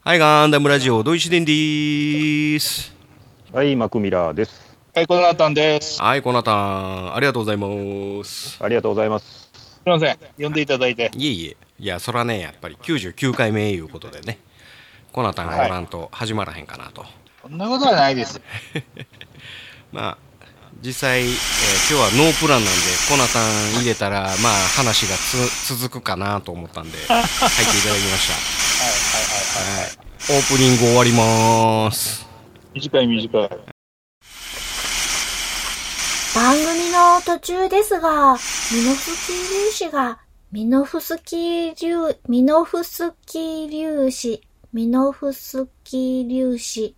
はい、ガンダムラジオ、ドイシデンでーす。はい、マクミラーです。はい、こだわたんです。すはい、コナタン、ありがとうございます。ありがとうございます。みません、呼んでいただいて。いえいえ、いや、そらね、やっぱり99回目いうことでね、コナタンがおらんと始まらへんかなと。そんなことはないです。まあ、実際、えー今日はノープランなんで、コナタン入れたら、まあ、話がつ続くかなと思ったんで、入っていただきましはい、た。はい、ははい、はい。いオープニング終わりまーす。短い、短い。番組の途中ですが、ミノフスキー粒子が、ミノフスキー粒、ミノフスキー粒子、ミノフスキー粒子。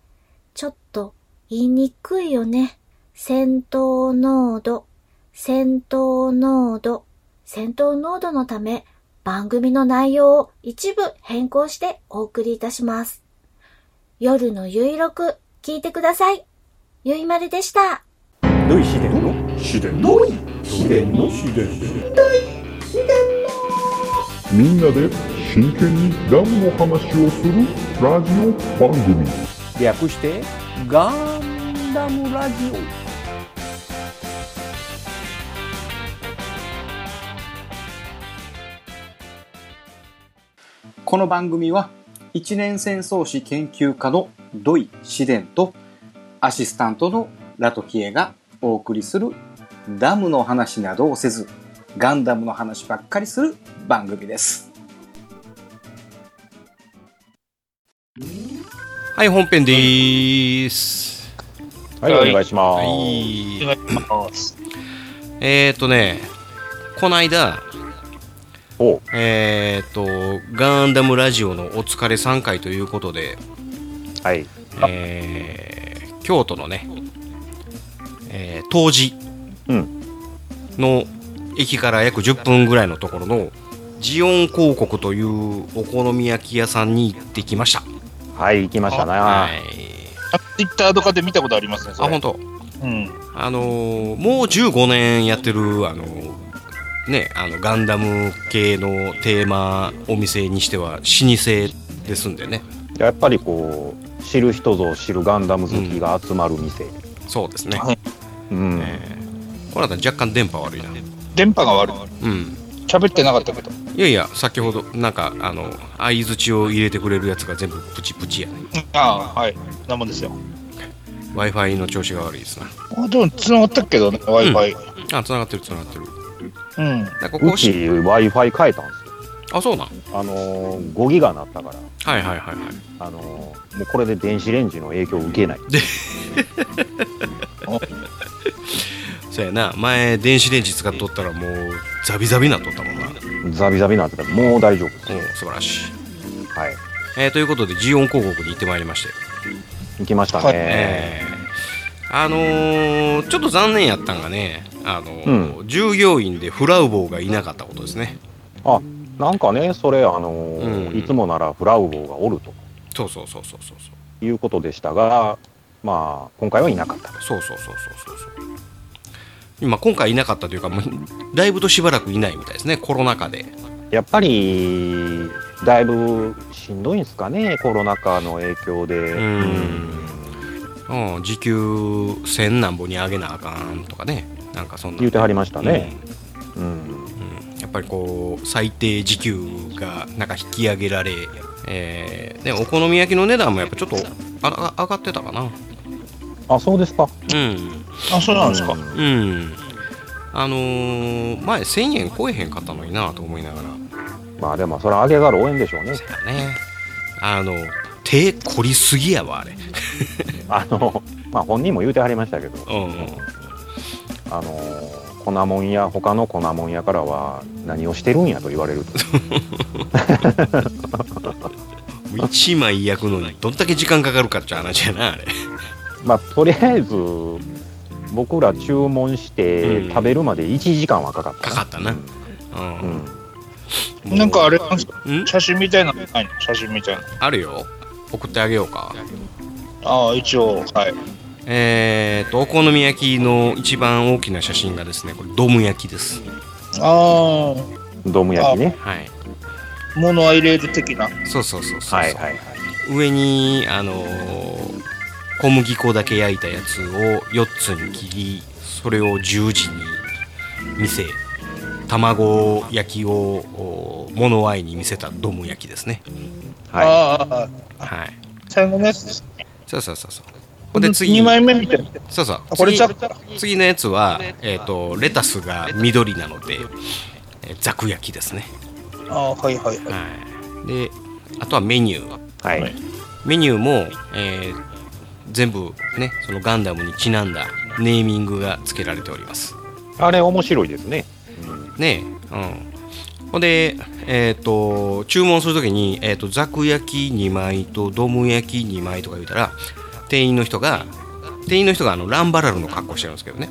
ちょっと言いにくいよね。戦闘濃度、戦闘濃度、戦闘濃度のため、番組の内容を一部変更してお送りいたします。夜のゆいろく聞いてください。ゆいまるでした。ドイシデンのシデンのシデンのシデンみんなで真剣にダムの話をするラジオ番組略してガンダムラジこの番組は一年戦争史研究家の土井紫伝とアシスタントのラトキエがお送りするダムの話などをせずガンダムの話ばっかりする番組です。はい、本編でーす。オ。はい、はいお願いしまはす。いお。願いします。えー、とね、こないだ、おうえー、と、ガンダムラジオのお疲れ3回ということで、はい。えー京都のね、えー東寺うん。の駅から約10分ぐらいのところの、ジオン広告というお好み焼き屋さんに行ってきました。はい、行きましたはね。い。ツイッターとかで見たことありますね、そあ、れ本当。うん。あのーもう15年やってる、あのーね、あのガンダム系のテーマお店にしては老舗ですんでねやっぱりこう、知る人ぞ知るガンダム好きが集まる店。そうですね、はいうん。この後若干電波悪いな電波が悪い。うん喋ってなかったけど。いやいや先ほどなんかあの相づちを入れてくれるやつが全部プチプチやねああ、はい。なもんですよ。 w i f i の調子が悪いですなあでも、繋がったけどね、Wi-Fi。あ繋がってる繋がってるうん。だこうこち Wi-Fi 変えたんですよ。あそうなんあのー、5ギガなったから、はいはいはいはいあのー、もうこれで電子レンジの影響を受けない。そうやな前電子レンジ使っとったらもうザビザビなっとったもんなもうザビザビになってたらもう大丈夫です。素晴らしい、はい。えーということでジオン広告に行ってまいりまして行きましたはいね。えーあのーちょっと残念やったんがね、あのー従業員でフラウボーがいなかったことですね。あ、なんかね、それ、あのーうんいつもならフラウボーがおるとそうそうそうそうそうそういうことでしたが、まあ、今回はいなかった。そうそうそうそうそうそう。今今回いなかったというか、もうだいぶとしばらくいないみたいですね、コロナ禍で。やっぱり、だいぶしんどいんですかね、コロナ禍の影響で。うん、うん、時給1000何本に上げなあかんとかね、なんかそんな。言うてはりましたね。うんうん。うんやっぱりこう最低時給がなんか引き上げられ、えーね、お好み焼きの値段もやっぱちょっとああ上がってたかなあ、そうですか。うんあ、そうなんですか。うんうんあのー前1000円超えへんかったのになと思いながらまあ、でも、それは上げざるを得んでしょうね。せやねあの手凝りすぎやわあれあの、まあ、本人も言うてはりましたけど、うあのー、粉もんや、他の粉もんやからは、何をしてるんやと言われると。ん1枚焼くのにどんだけ時間かかるかって話やなあれまあ、とりあえず、僕ら注文して、うん食べるまで1時間はかかった。かかったなうんうん。もうなんかあれなんですかん写真みたいなのないの写真みたいな。あるよ送ってあげようかああ、一応、はい。えー、とお好み焼きの一番大きな写真がですねこれドム焼きですあドーム焼きね。はいあ、物は入れる的な。そうそうそうそうそう、はいはいはい。上にあのー小麦粉だけ焼いたやつを4つに切りそれを十字に見せ卵焼きをお物合いに見せたドム焼きですねはああ、はい最後のやつです。そうそうそうそうほんで次2枚目みたいな。そうそうあこれちゃ次った。次のやつは、えー、とレタスが緑なのでえーざく焼きですねああ、はいはいはい。はいであとはメニューい。はい。メニューも、えー全部ねそのガンダムにちなんだネーミングが付けられておりますあれ面白いですね。ねえうんほんでえっ、と注文するときに、えー、とざく焼き2枚とドム焼き2枚とか言うたら店員の人が店員の人があのランバラルの格好してるんですけどね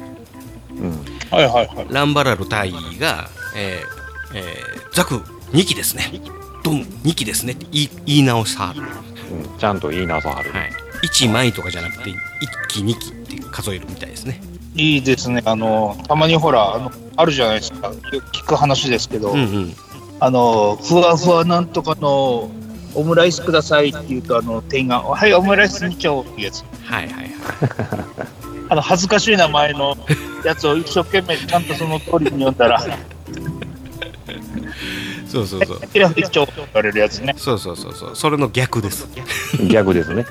うん。はいはいはい。ランバラル大尉が、えーえーザク2機ですね、ドン2機ですねって言い言い直さはる、はうん、ちゃんといいなさはる。い、1枚とかじゃなくて、1機、2機って数えるみたいですね。いいですね。あの、たまにほら、あの、あるじゃないですか。よく聞く話ですけど、うんうん、あの、ふわふわなんとかの、オムライスくださいって言うと、あの、店員が、はい、オムライス2丁ってやつ。はいはいはい。あの、恥ずかしい名前のやつを一生懸命ちゃんとその通りに読んだら、 そうそうそう。テレビ一丁って言われるやつね。そうそうそうそう。それの逆です。ギャグですね。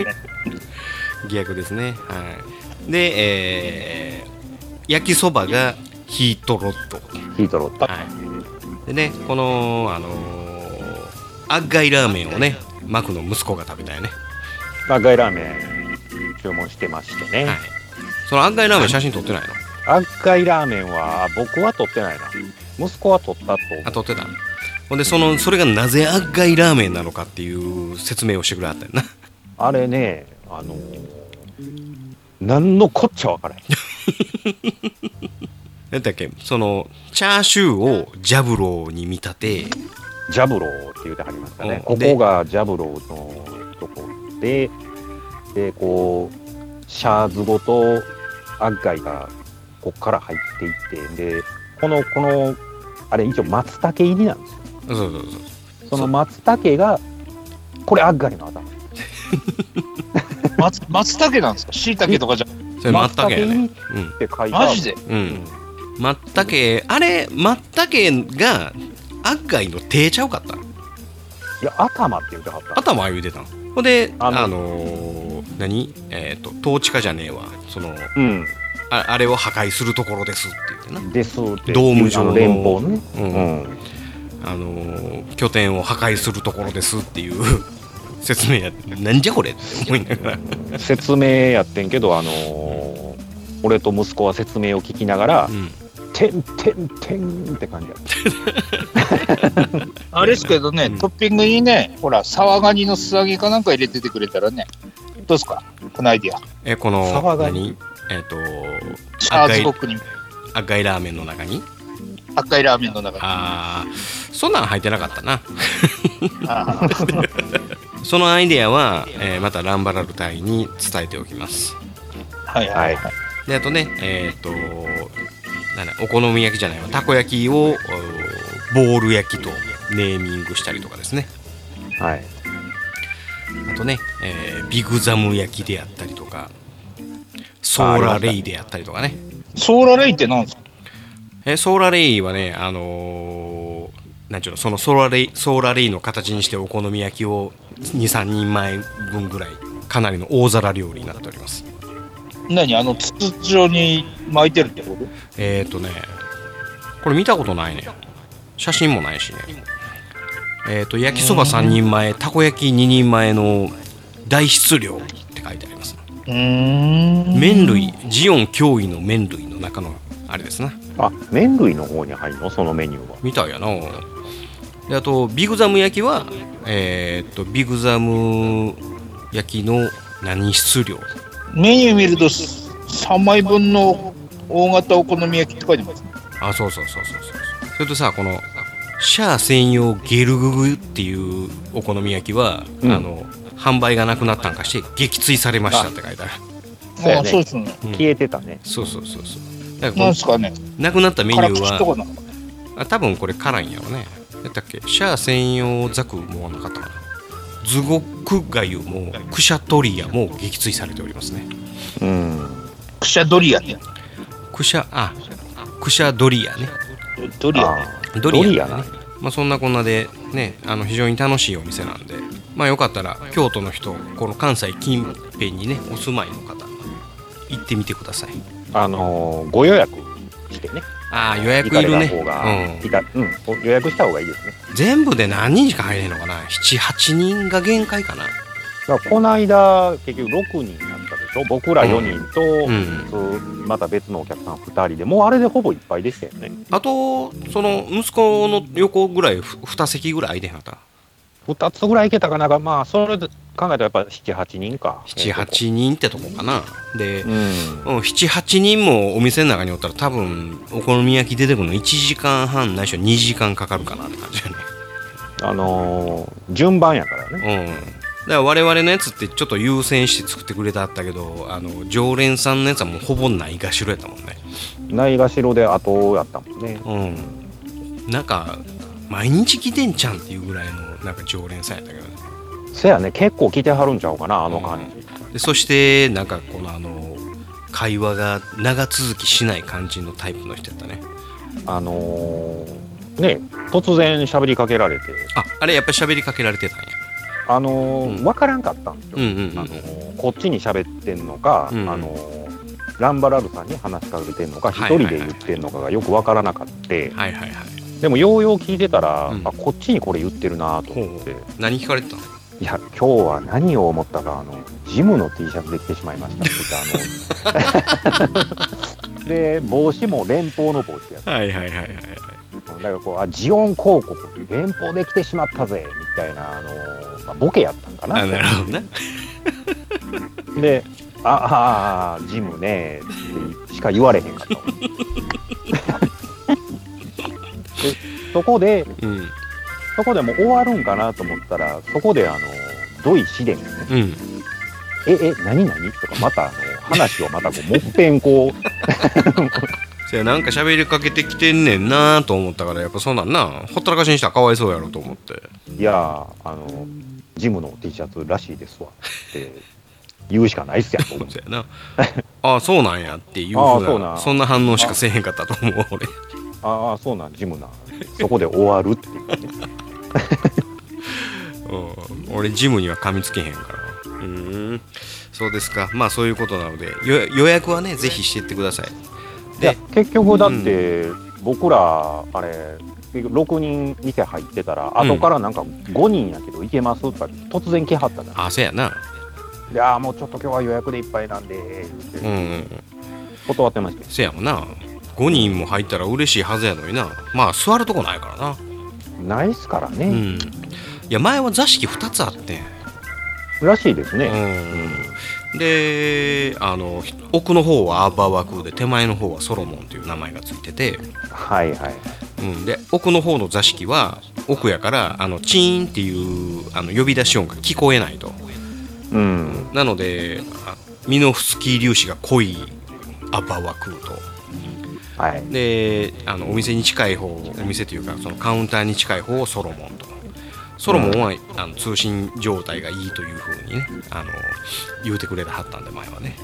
逆ですね。はい。で、えー焼きそばがヒートロット。ヒートロット。はい、でねこのあのー、あっがいラーメンをねマクの息子が食べたよね、まあ、ガイラーメン注文してましてね。はい、そのあっがいラーメン写真撮ってないの赤いラーメンは僕は取ってないな息子は取ったとあ撮ってたほんでそのそれがなぜあっがいラーメンなのかっていう説明をしてくれはったよなあれねあの何のこっちゃ分からへんなんだっけそのチャーシューをジャブローに見立てジャブローって言うてはりますかうんねここがジャブローのとこででこうシャーズごと赤いがこっから入っていってでこのこのあれ一応松茸入りなんですよそうそうそうその松茸がこれ赤いの頭松松茸なんですか椎茸とかじゃそれまったけやね松うんって書いたマジでうんまったけあれまったけがあっがいの手ちゃうかったいや頭って言うてはった頭は言うてたんほんであのあのー何えっ、と統治下じゃねえわそのうんああれを破壊するところですって言ってなですってドーム状のあの連邦のね、うんうんあのー拠点を破壊するところですっていう 説明やなんじゃこれって思いながら説明やってんけど、あのー俺と息子は説明を聞きながらう、んてんてんてんって感じやったあれですけどね、うんトッピングにね、ほら、サワガニの素揚げかなんか入れててくれたらね、どうですかこのアイディア。えこの騒が何えっ、とシャーズゴックに赤いラーメンの中に赤いラーメンの中に。あーそんなん入ってなかったなあーそのアイデアは、えーまたランバラル隊に伝えておきますはいはいはい。であとねえっ、となんだお好み焼きじゃないわたこ焼きをおボール焼きとネーミングしたりとかですねはい、あとね、えービグザム焼きであったりとかソーラーレイであったりとかねソーラレイってなんですかえソーラーレイはねあのーなんちゅうのそのソーラーレイソーラーレイの形にしてお好み焼きを23人前分ぐらいかなりの大皿料理になっております何あの筒状に巻いてるってことえっ、ー、とねこれ見たことないね写真もないしねえっ、と焼きそば3人前たこ焼き2人前の大質量って書いてありますうーん。麺類ジオン脅威の麺類の中のあれですなあ麺類の方に入るの、そのメニューは。みたいやなであとビグザム焼きはえっ、とビグザム焼きの何質量メニュー見ると3枚分の大型お好み焼きって書いてますね。あそうそうそうそうそうそれとさこのシャア専用ゲルググっていうお好み焼きは、うんあの販売がなくなったんかして撃墜されましたって書いてあるそうやねあそうですね。うん消えてたね。そうそうそうそうだからなんこですかね。うなくなったメニ辛ュー口とはかなのかあ多分これ辛いんやろねやったっけシャア専用ザクもなかったかなズゴクガユもクシャトリアも撃墜されておりますねうん。クシャドリアね。クシャあクシャドリアねドリアね。あドリア,、ドリアねまあ、そんなこんなでねあの非常に楽しいお店なんで、まあ、よかったら京都の人この関西近辺にねお住まいの方行ってみてくださいあのーご予約してね。ああ予約いるね行かれた方が、うんいたうん、お予約した方がいいですね。全部で何人しか入れんのかな78人が限界かなだからこの間、結局6人になったでしょ、僕ら4人と、うんそうまた別のお客さん2人で、もうあれでほぼいっぱいでしたよね。あとその息子の横ぐらい2席ぐらい空いてへんかった2つぐらいいけたかなが、まあ、それで考えたらやっぱ7、8人か。 78人ってとこかなでう、ん。うん、78人もお店の中におったら多分お好み焼き出てくるの1時間半ないしは2時間かかるかなって感じだねあのー順番やからね。うんだから我々のやつってちょっと優先して作ってくれたったけどあの常連さんのやつはもうほぼないがしろやったもんねないがしろで後やったもんね。うんなんか毎日来てんちゃんっていうぐらいのなんか常連さんやったけどねせやね、結構来てはるんちゃうかな、あの感じ。でそしてなんかこのあの会話が長続きしない感じのタイプの人やったねあのーね、突然喋りかけられて、ああれやっぱり喋りかけられてたんやあのーうんわからんかったんですよ。うんうんうんあのーこっちに喋ってんのか、うんあのーランバラルさんに話しかけてんのか、一はいはい人はいで言ってんのかがよくわからなかった。はいはいはいでも、ようよう聞いてたら、うんあこっちにこれ言ってるなと思って、何聞かれてたのいや、今日は何を思ったか、あの、ジムの T シャツできてしまいましたって言って、あの、で、帽子も連邦の帽子やった。はいはいはいはいだからこう、あ、ジオン広告、連邦できてしまったぜ、みたいな、あの、まあ、ボケやったんかな。あなるほどねで、ああー、ジムね、しか言われへんかった。でそこで、うんそこでもう終わるんかなと思ったら、そこであの、ドイ試練ですね。うんえ、え、何何とか、またあの、話をまたこう、もっぺんこう、そやなんか喋りかけてきてんねんなと思ったからやっぱそうなんなほったらかしにしたらかわいそうやろと思 っていやー、あの、ジムの T シャツらしいですわって言うしかないっすやん と思ってそやなああそうなんやっていうふああうそうななんそんな反応しかせえへんかったと思う俺ああ、そうなん、ジムなん。そこで終わるっていうね。うん、俺ジムには噛みつけへんからうーんそうですかまあそういうことなのでよ予約はねぜひしていってくださいいや で結局だって僕らあれ6人店入ってたらうん後からなんか5人やけど行けますとか突然来はったからあそうやな「いやーもうちょっと今日は予約でいっぱいなんで」言うってん断ってましたよせやもんな5人も入ったら嬉しいはずやのになまあ座るとこないからなないっすからうね、んいや前は座敷2つあってんらしいですね、うんであのひ奥の方はアーバーワクーで手前の方はソロモンという名前がついてて、はいはいうん、で奥の方の座敷は奥やからあのチーンっていうあの呼び出し音が聞こえないとうんなのであミノフスキー粒子が濃いアバワクーとはいであのお店に近い方お店というかそのカウンターに近い方をソロモンとソロモンは、あの通信状態がいいというふうにねあの言うてくれてはったんで前はね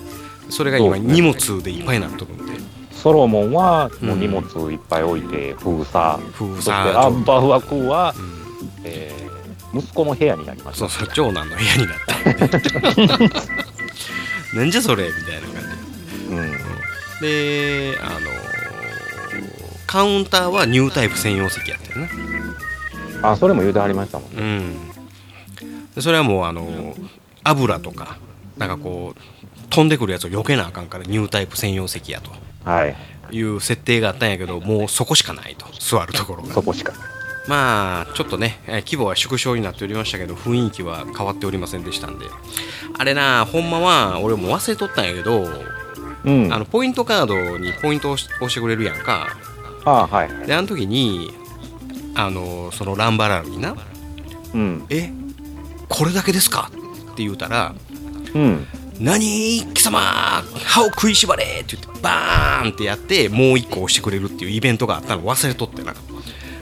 それが今そうですね荷物でいっぱいになっとるんでソロモンはもううん荷物いっぱい置いて封鎖、封そして鎖アンバフワククーは、うん、えー息子の部屋になりましたそうそう長男の部屋になったんで なんじゃそれみたいな感じうんであのカウンターはニュータイプ専用席やったよねあそれも言うてはりましたもんうんでそれはもうあの油とかなんかこう飛んでくるやつを避けなあかんからニュータイプ専用席やとはいいう設定があったんやけどもうそこしかないと座るところがそこしかまあちょっとねえー規模は縮小になっておりましたけど雰囲気は変わっておりませんでしたんであれなほんまは俺も忘れとったんやけどうんあのポイントカードにポイントを押し押してくれるやんかあはいはいであの時にあのそのランバラルになうん「えこれだけですか?」って言うたらうん「何貴様歯を食いしばれ!」って言ってバーンってやってもう一個押してくれるっていうイベントがあったの忘れとってな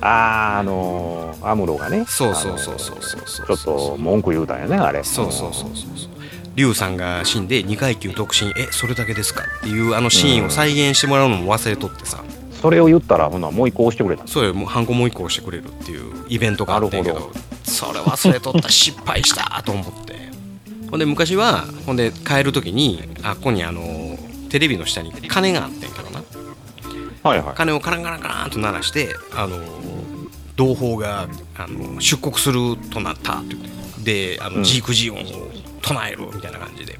あー、あのーアムロがね、そうそうそうそうそうそうあのーちょっと文句言うたんやね、あれ。そうそうそうそうそう龍さんが死んで2階級独身えそれだけですかっていうあのシーンを再現してもらうのも忘れとってさそれを言ったら、ほんならもう一個押してくれたんですそれもうハンコもう一個押してくれるっていうイベントがあってんけどなるほそれ忘れとった失敗したと思って ほんで昔はほんで帰る時にあここにあのテレビの下に鐘があってんけどなはいはい。鐘をカランカランカランと鳴らしてあの同胞があの出国するとなったって言ってであうのんジークジー音を唱えるみたいな感じで、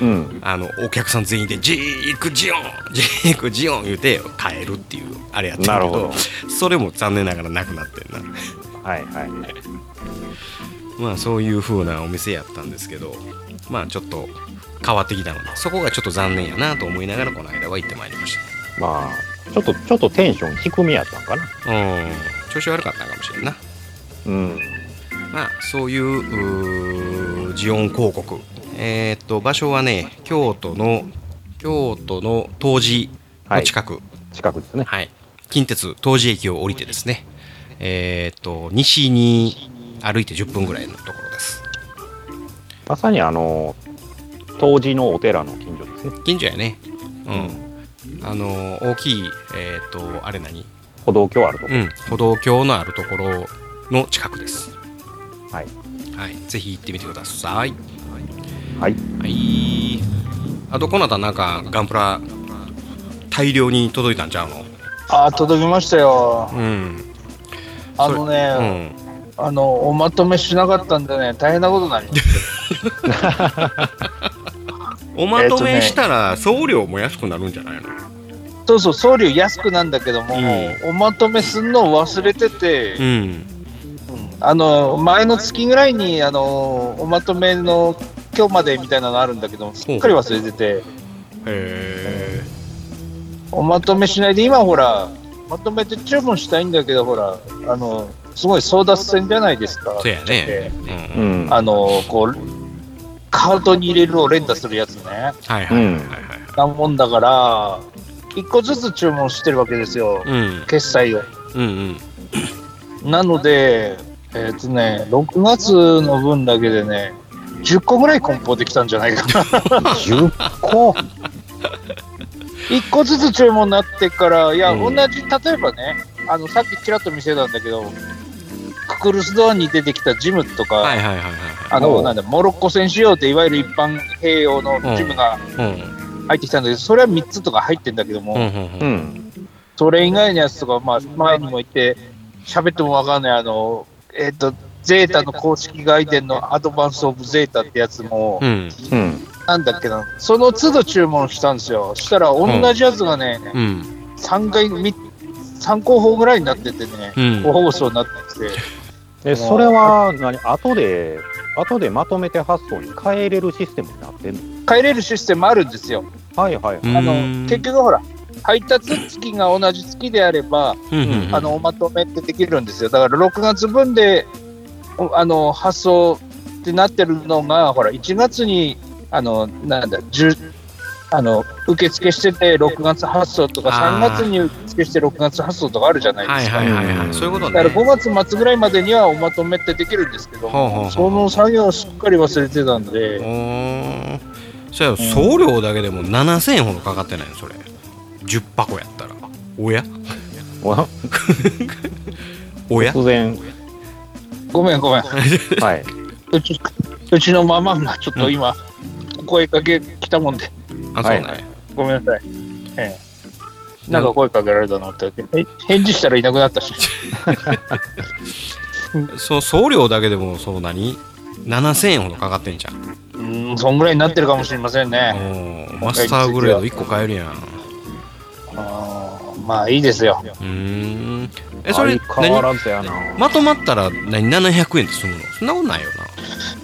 うん。あのお客さん全員で「ジークジオンジークジオン」言うて帰るっていうあれやってるけなるどほどそれも残念ながらなくなってんなはいはい。まあそういう風なお店やったんですけどまあちょっと変わってきたのでそこがちょっと残念やなと思いながらこの間は行ってまいりましまあ、ちょっと、ちょっとテンション低めやったんかな。たうん調子悪かったんかもしれんなうん。まあ、そういううージオン広告、えーっと場所はね京都の京都の東寺の近く、はい近くですね。近鉄東寺駅を降りてですね、えーっと西に歩いて10分ぐらいのところですまさにあの、当時のお寺の近所ですね。近所やねうんあの大きいえーっとあれ何歩道橋あるとこ。うん歩道橋のあるところの近くですはい、はい、ぜひ行ってみてくださいはい。はい。あと、こなたなんか、ガンプラ、大量に届いたんちゃうのああ届きましたようん。あのうね、ん。あのおまとめしなかったんでね大変なことになりましおまとめしたら、送料も安くなるんじゃないの、たそうそう送料安くなんだけども、うんおまとめすんのを忘れてて、うん。あの前の月ぐらいにあのおまとめの今日までみたいなのがあるんだけどすっかり忘れててへーおまとめしないで今ほらまとめて注文したいんだけどほらあのすごい争奪戦じゃないですかそうやねで。うん。ううん、ん。あのこうカートに入れるを連打するやつねはいはいはいはいはい。なもんだから1個ずつ注文してるわけですようん。決済をうんうん。なのでえっ、とね6月の分だけでね10個ぐらい梱包できたんじゃないかな10個。 1個ずつ注文になってからいや、うん同じ例えばねあのさっきちらっと見せたんだけどククルスドアに出てきたジムとか、はいはいはいはいあおのうなんだモロッコ戦仕様っていわゆる一般併用のジムはい。が入ってきたんだけど、それは3つとか入ってんだけども、うん。うんうんううん。ん。それ以外のやつとか、まあ、前にも言って喋ってもわかんないあのえっ、とゼータの公式外伝のアドバンス・オブ・ゼータってやつも、うん。うん。なんだっけなその都度注文したんですよしたら同じやつがね、うん。 3回み三候補ぐらいになっててね、うん候補放送になってて、で、それは何、後で、後でまとめて発送に変えれるシステムになってんの帰れるシステムあるんですよ。はいはい。あの結局ほら、配達月が同じ月であれば、うんうんうんあのおまとめってできるんですよ。だから6月分でおあの発送ってなってるのが、ほら、1月にあのなんだ、10あの受付してて6月発送とか、3あー月に受付して6月発送とかあるじゃないはでいすか。はいはいはい。そういうことね。だから5月末ぐらいまでにはおまとめってできるんですけど、ほうほうほうその作業をすっかり忘れてたんおで、ーそや送料だけでも7000円ほどかかってないのそれ10箱やったらおやわおや突然、ごめん ごめん、はい。うちうちのママがちょっと今、お声かけ来たもんで、あそうね、はごめんなさい。ええなんか声かけられたなってえ返事したらいなくなったし、その送料だけでもそう何7000円ほどかかってんじゃんうーん、そんぐらいになってるかもしれませんね。おーマスターグレード1個買えるやんうあーまあいいですよ。ーんえそれ相変わ何らずやな。まとまったら何700円で済むのそんなことないよな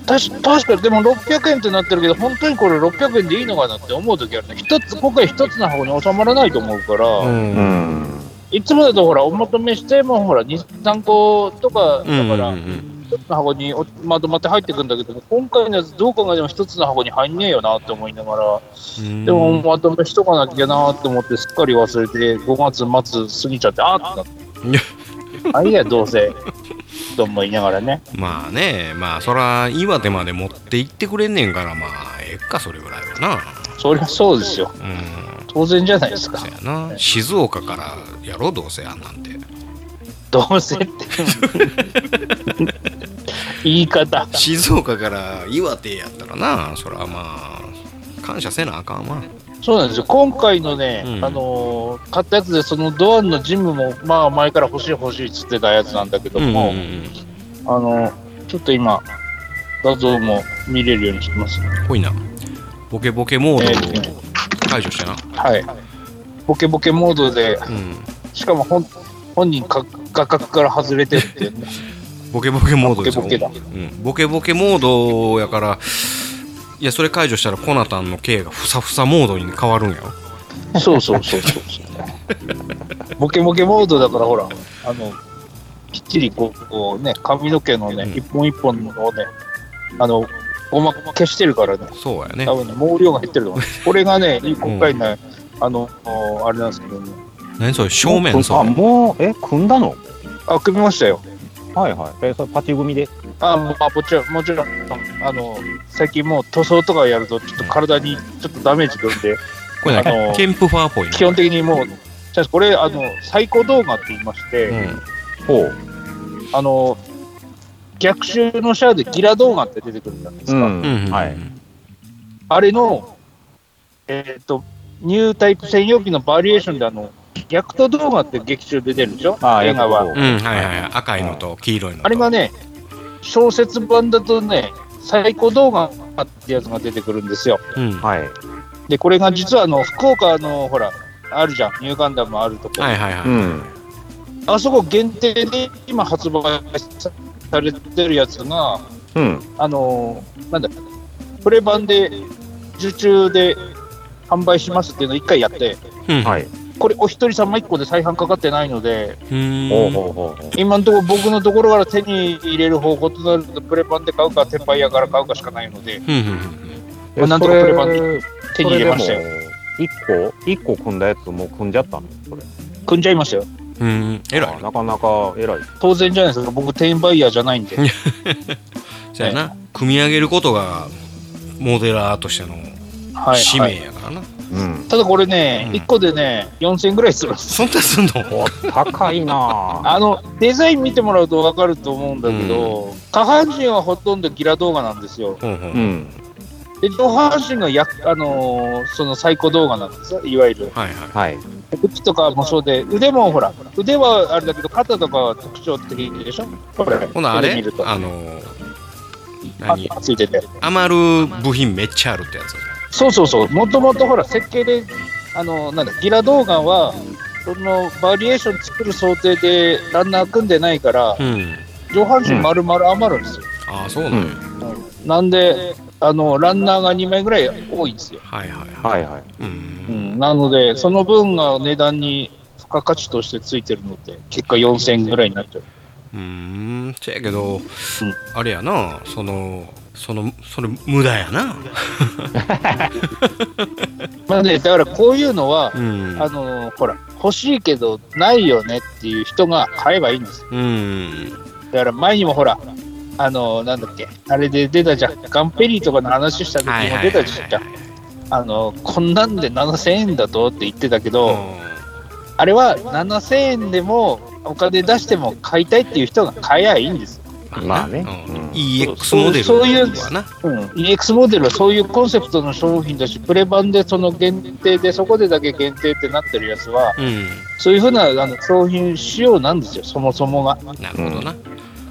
確確かに、でも600円ってなってるけど、本当にこれ600円でいいのかなって思う時あるね。一つ、今回一つの箱に収まらないと思うから。うんうん。いつもだとほら、おまとめしてもほら、2、3個とか、だうんうんうから、ん一つの箱におまとまって入ってくんだけども、今回のやつどう考えても一つの箱に入んねえよなって思いながら、うんでもまとめしとかなきゃなって思って、すっかり忘れて、5月末過ぎちゃって、あーってなって。 あいいや、どうせ。と思いながらね。まあねまあそら岩手まで持って行ってくれんねんからまあええかそれぐらいはなそりゃそうですよ。うん当然じゃないですかそ。やな静岡からやろどうせあんなんてど うせって。言い方。静岡から岩手やったらなそらまあ感謝せなあかんわそうなんですよ。今回のね、うんあのー買ったやつで、そのドアンのジムも、まあ前から欲しい欲しいっつってたやつなんだけどうんうも、んあのーちょっと今、画像も見れるようにしてます。うんほいなボケボケモードを解除してなはい。ボケボケモードで、うんしかも本本人か画角から外れてるっていうねボケボケモードですよボケボケうん、ボケボケモードやからいやそれ解除したらコナタンの刑がふさふさモードに変わるんやろそうそうそうそうそうボケボケモードだからほらあのきっちりこうこうね髪の毛のね、うん一本一本のをねあのごま消してるからねそうやね多分ね毛量が減ってると思うこれがね今回の、あのあれなんですけどね何それ正も面うそあれもうえ組んだのあ組みましたよはいはいえそれパチ組であまあもちろんもちろんあの最近もう塗装とかやるとちょっと体にちょっとダメージくるんでこれなんかあのケンプファーっぽいな基本的にもう、じゃあこれ、あの、最高動画って言いまして、うんほうあの、逆襲のシャアでギラ動画って出てくるじゃないですか。うんうんうんはいあれの、えっ、と、ニュータイプ専用機のバリエーションで、あの、逆斗動画って劇中で出るでしょああ映画は。うんはいはいはい赤いのと黄色いのとあれがね、小説版だとね、最高動画ってやつが出てくるんですよ。うんははいで、これが実は、あの、福岡の、ほら、あるじゃん、ニューガンダムあるとこ。いはいはういんあそこ限定で今発売されてるやつが、うんあのーなんだプレ版で受注で販売しますっていうのを一回やって、うんはいこれお一人様一個で再販かかってないので、うーんほうほうほうほう今のところ僕のところから手に入れる方法となると、プレ版で買うか、鉄板屋から買うかしかないので、うんうんうんまあなんとかえそプレバン手に入れましたよ。よ1個一個組んだやつもう組んじゃったのそれ組んじゃいましたよ。うんえらいあなかなか偉い当然じゃないですか、僕、店員バイヤーじゃないんで。そうやな組み上げることがモデラーとしてのはい使はい命やからなうんただこれね、うん一個でね、4000円ぐらいするんですそんなすんのお高いなあのデザイン見てもらうと分かると思うんだけど、下半身はほとんどギラ動画なんですよ。ほうほう うんで、上半身がや、あのーその最高動画なんですよ、いわゆる。はいはいはい口とかもそうで、腕もほら、腕はあれだけど、肩とかは特徴的でしょこれ、ほなあこれ見ると。あの何あついてて。余る部品めっちゃあるってやつそうそうそう、もともとほら、設計で、あのなんだ、ギラ動画は、そのバリエーション作る想定でランナー組んでないから、うん上半身丸々余るんですよ。ああそうなうんや、なんで、あのランナーが2枚ぐらい多いんですよ。はいはいはい、はいはいううんん、なので、その分が値段に付加価値としてついてるので、結果4000円ぐらいになっちゃう。うーんせやけど、あれやなそのそのそれ無駄やなまあね、だからこういうのはう、んあのほら、欲しいけどないよねっていう人が買えばいいんですよ。うんだから前にもほら、あのなんだっけ、あれで出たじゃん、ガンペリーとかの話した時はいもはい出はいたじゃん。あのこんなんで7000円だとって言ってたけど、はあれは7000円でもお金出しても買いたいっていう人が買えばいいんですよ。いまあねうんうん EX モデルそういうはなうん、EX モデルはそういうコンセプトの商品だし、プレ版でその限定で、そこでだけ限定ってなってるやつは、うんそういうふうなあの商品仕様なんですよ、そもそもが。なるほどな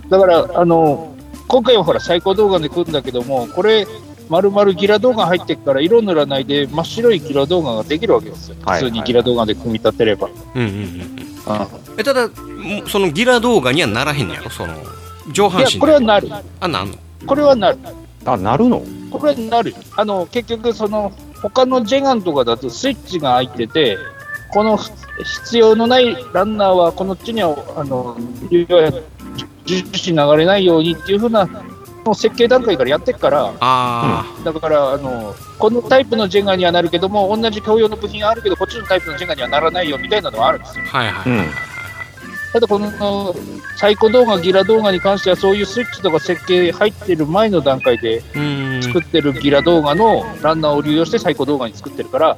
だから、あの今回はほら、最高動画で来るんだけども、これ、丸々ギラ動画入ってっから、色塗らないで、真っ白いギラ動画ができるわけですよ、はい普通にギラ動画で組み立てれば。うんうんうんうえただもそのギラ動画にはならへんのやろその上ん、い半や身、これはなる、あなんのこれはなる、あなるのこれはなるよあの結局その他のジェガンとかだとスイッチが開いててこの必要のないランナーはこの地にはあの重視流れないようにっていう風なもう設計段階からやってっからああ、だからあのこのタイプのジェガにはなるけども同じ共用の部品があるけどこっちのタイプのジェガにはならないよみたいなのはあるんですよはいはいはいはいはいただこのサイコ動画、ギラ動画に関してはそういうスイッチとか設計入ってる前の段階でうん作ってるギラ動画のランナーを流用してサイコ動画に作ってるから、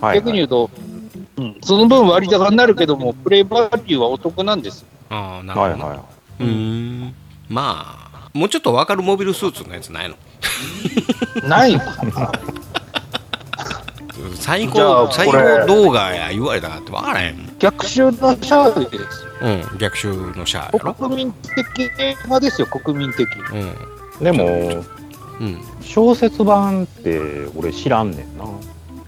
はい、逆に言うと、うん、その分割高になるけども、プレイバリューはお得なんです。ああなるほはいどはいな、はうーんまあもうちょっと分かるモビルスーツのやつないのない最じゃ高あ最これ高動画や言われたらって分からへんも逆襲のシャーレですよ。ん、うん、逆襲のシャアやろ国民的映画ですよ、国民的。うんい。でも、うん小説版って俺知らんねんな。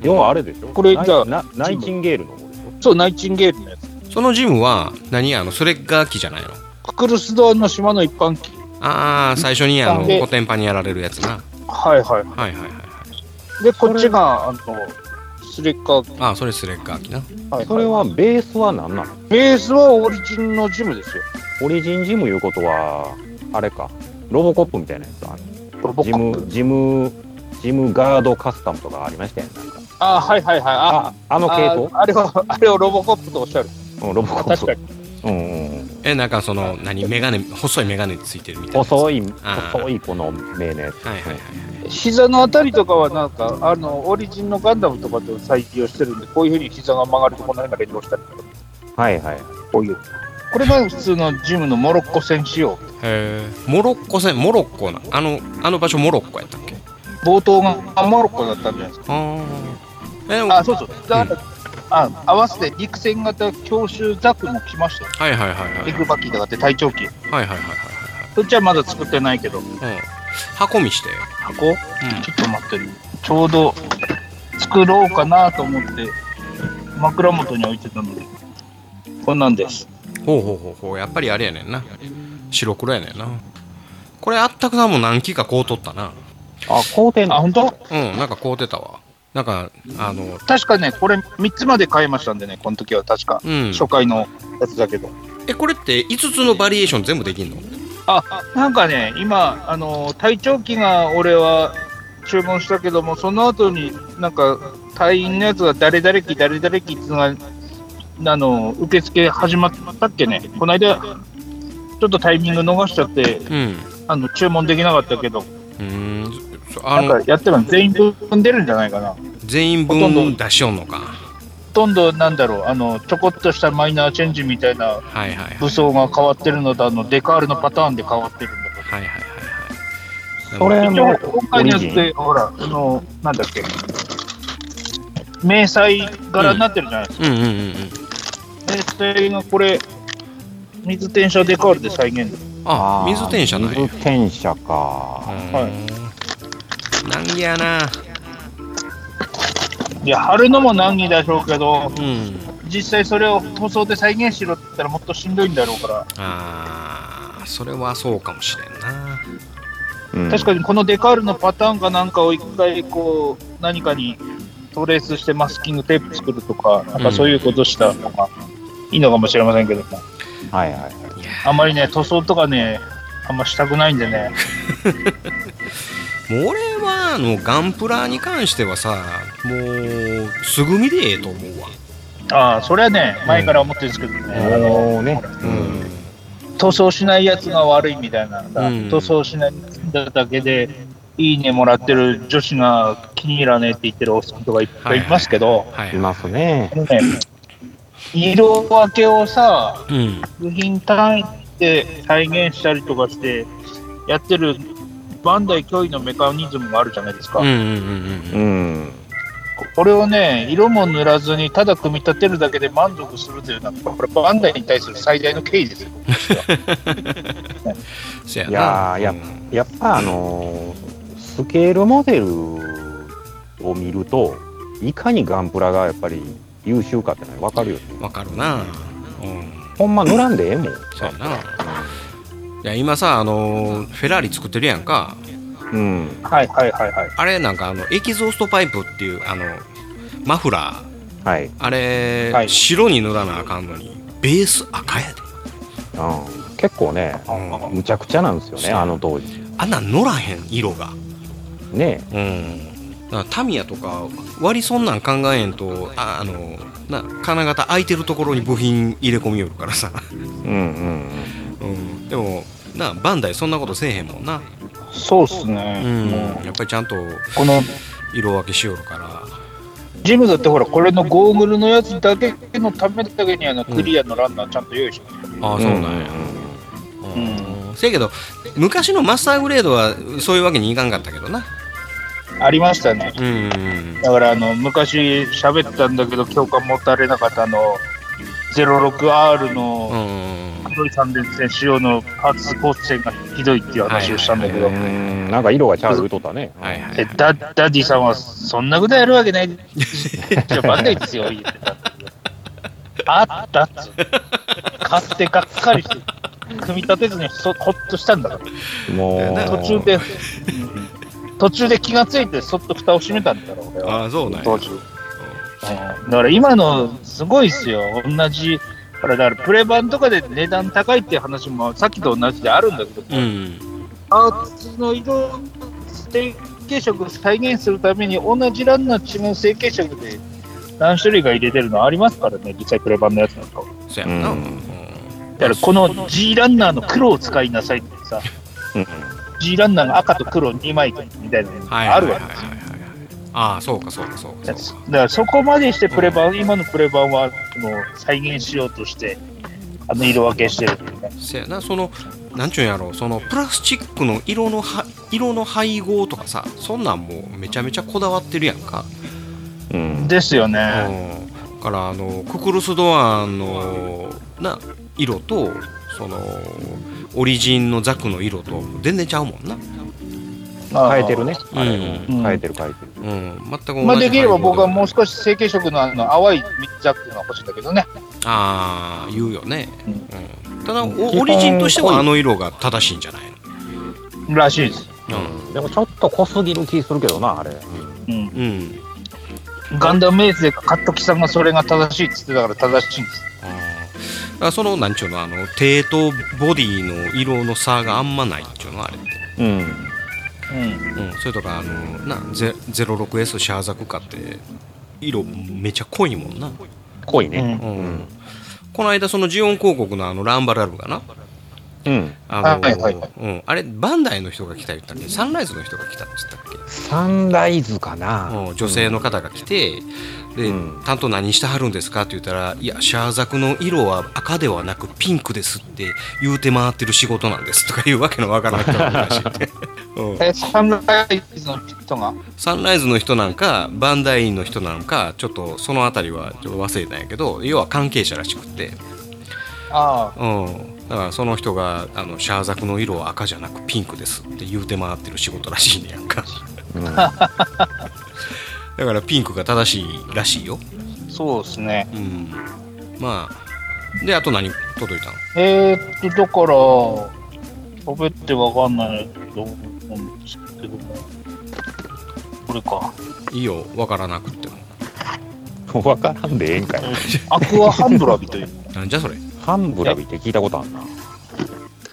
要はあれでしょこれじゃあナイナイチンゲールの方でしそう、ナイチンゲールのやつ。そのジムは何やあのそれが木じゃないのククルスドアの島の一般機。ああ最初にあのでコテンパンにやられるやつなはいはい。はいはいはいで、こっちが、あの、スレッカー。ああそれスレッガー機なはょいそれはベースは何なのベースはオリジンのジムですよ。オリジンジムいうことは、あれか。ロボコップみたいなやつあるロボコジップム、ジム、ジムガードカスタムとかありましたよね。なんかあ、はいはいはい。ああ、あの系統ああれを、あれをロボコップとおっしゃる。うん、ロボコッ確かプ。に。うんうんうん。えなんかその何メガネ細いメガネついてるみたいな細い、あー細いこの目のやつ。はいはいはいはい膝のあたりとかはなんか、あの、オリジンのガンダムとかで採用してるんで、こういうふうに膝が曲がるとこの辺だけどうしたりとか、はいはい。こういう。これが普通のジムのモロッコ戦仕様。へえモロッコ戦モロッコなあのあの場所モロッコやったっけ冒頭がモロッコだったんじゃないですか。ああえでもあ、そうそう。だから、あ合わせて陸戦型強襲ザクも来ましたよ。はいはいはいはいはいエグバキーとかって隊長は機。いはいはいそっちはまだ作ってないけど。はいうん箱見して箱ちょっと待ってる。ちょうど作ろうかなと思って、枕元に置いてたので。こんなんです。うんほうほうほうほうやっぱりあれやねんな白黒やねんなこれあったくさんも何機かこう取ったなあ、工程あ、の。本当？うんなんかこうてたわなんかあの確かね、これ3つまで買いましたんでね、この時は確か。うん初回のやつだけど。えこれって5つのバリエーション全部できんのあ、なんかね、今、あの、隊長機が俺は注文したけども、その後になんか、隊員のやつが誰々機、誰々機っていうのが、あの、受付始まったっけね。この間、ちょっとタイミング逃しちゃって、うんあの、注文できなかったけど、うーんそあなんのかやってるの全員分出るんじゃないかな。ほ全員ほとん分出しよんのかとんどなんだろう、あの、ちょこっとしたマイナーチェンジみたいなはいはいはい武装が変わってるのと、あの、デカールのパターンで変わってるんだけど。はいはいはいはいそれ一応も、今回のやつで、ほら、あの、なんだっけ、迷彩柄になってるじゃないですか。うんうんうんうん迷彩がこれ、水転写デカールで再現であー水転写ない水転写か。はい難儀やないや、貼るのも難儀でしょうけど、うん実際それを塗装で再現しろって言ったらもっとしんどいんだろうから、あーそれはそうかもしれんなうん確かにこのデカールのパターンかなんかを一回こう、何かにトレースしてマスキングテープ作るとか、なんかそういうことしたのがいいのかもしれませんけども、はいはい。いやあんまりね、塗装とかね、あんましたくないんでね。もう俺はあのガンプラに関してはさもうすぐ見でええと思うわああ、それはね、前から思ってるんですけどね、あのもうね、うん塗装しないやつが悪いみたいな、ん塗装しないだけで、いいねもらってる女子が気に入らねえって言ってるおっさんとかいっぱいいますけど、はいいますね。このね、色分けをさ、うん部品単位で再現したりとかして、やってるバンダイ脅威のメカニズムがあるじゃないですか。うんうんうんうんうん。これをね、色も塗らずに、ただ組み立てるだけで満足するというのは、これ、バンダイに対する最大の敬意ですよ。そやいやなーやっやっぱあのースケールモデルを見ると、いかにガンプラがやっぱり優秀かってのは分かるよね。わかるなうんほんま塗らんでええもん。そうやないや今さあのーフェラーリ作ってるやんかうん。はいはいはいはい。あれなんかあのエキゾーストパイプっていうあのマフラーはい。うん。あれ、はい白に塗らなあかんのにベース赤やで結構ね、うむちゃくちゃなんですよそうね、あの当時。あんなん乗らへん色がねうんだからタミヤとか割りそんなん考えんとああのな金型空いてるところに部品入れ込みよるからさ、うんうんうん、でもなバンダイそんなことせえへんもんな、そうっすうね。ん、もやっぱりちゃんとうこの色分けしよるからジムだってほら、これのゴーグルのやつだけのためだけにあのクリアのランナーちゃんと用意してる。ああうん。そうなんや、うんせやけど昔のマスターグレードはそういうわけにいかんかったけどなありましたね。うんだからあの昔喋ったんだけど共感持たれなかったあの 06R うのん黒い三連線仕様の発光線がひどいっていう話をしたんだけど、うん。なんか色がちゃう言うとったね。はいはえいダダディさんはそんなことやるわけないじゃバンダイですよ言ってたあったっつう買ってがっかりして組み立てずにそほっとしたんだからもうな途中で途中で気がついてそっと蓋を閉めたんだろう俺はああそうなんや当時うんだから今のすごいっすよ、同じ、ほらだからプレ版とかで値段高いっていう話もさっきと同じであるんだけど、うんパーツの色、成形色を再現するために同じランナー違う成形色で何種類か入れてるのありますからね、実際プレ版のやつなんかは。そうやんな、ううんんだからこの G ランナーの黒を使いなさいってさ、うん G ランナーが赤と黒2枚みたいなのはいがあるわけはいはいはいはいああそうかそうかそうだかそうかからそこまでしてプレ版、今のプレ版はもう再現しようとして、あの色分けしてるっていうね。せやなそのなんちゅうんやろそのプラスチックの色のは色の配合とかさそんなんもうめちゃめちゃこだわってるやんか、うん。ですようね。ん、だからあのククルス・ドアンのな色とそのオリジンのザクの色と全然ちゃうもんな、変えてるね。うんあれもうん変えてる変えてる。うん、全く同じまあ、できれば配合僕はもうで少し成形色のあの淡いザックが欲しいんだけどね。ああ言うよね、ううん、ただおオリジンとしてはあの色が正しいんじゃないらしいです。のでもちょっと濃すぎる気するけどな、あれ。うん、うん、うん、ガンダムエースでカットキさんがそれが正しいっつってたから正しいんです。あーだからそのなんちゅうのあの手とボディの色の差があんまないっちゅうのあれって、うん。うん、うん、それとかあのなゼ 06S シャーザクかって色めちゃ濃いもんな、濃いね。ううんん。この間そのジオン広告のあのランバラルがなうん。あの、はいはいはいうん、あれバンダイの人が来た言ったっけサンライズの人が来たって言ったっけサンライズかなう。ん女性の方が来て、でうん担当何してはるんですかって言ったら「いやシャーザクの色は赤ではなくピンクです」って言うて回ってる仕事なんですとかいうわけのわからない人がいるらしい って、うんえサンライズの人がサンライズの人なんかバンダイの人なんかちょっとその辺りはちょっと忘れたんやけど要は関係者らしくって、ああうん、だからその人があの「シャーザクの色は赤じゃなくピンクです」って言うて回ってる仕事らしいねやんか うん。だからピンクが正しいらしいよそうですね。うんまあであと何届いたのえー、っとだから食べてわかんないと思うんですけども、これか。いいよわからなくってもわからんでええん かい。アクアハンブラビという。なんじゃそれハンブラビって聞いたことあるな。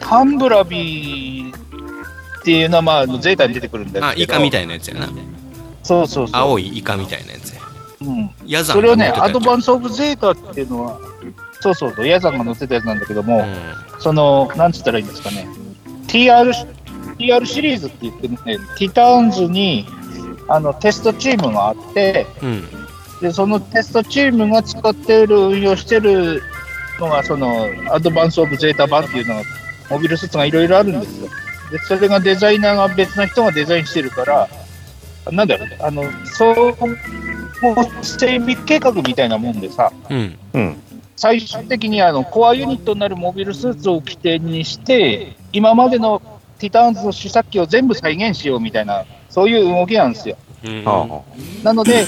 ハンブラビっていうのは、まあ、ゼータに出てくるんだけど。あイカみたいなやつやなそうそうそう。青いイカみたいなやつやうん、ヤザンそれをね、アドバンンス・オブ・ゼータっていうのは、そうそうそう、ヤザンが載ってたやつなんだけども、うその、なんつったらいいんですかね、TR, TR シリーズって言ってね、ティターンズにあのテストチームがあって、ん、うん、でそのテストチームが使っている、運用してるのが、そのアドバンス・オブ・ゼータ版っていうのが、モビルスーツがいろいろあるんですよ。で、それがデザイナーが別な人がデザインしてるから、なんだろうね、あの、総合整備計画みたいなもんでさ、うんうん。最終的にあのコアユニットになるモビルスーツを起点にして、今までのティターンズの試作機を全部再現しようみたいな、そういう動きなんですよ。うんはあはなので、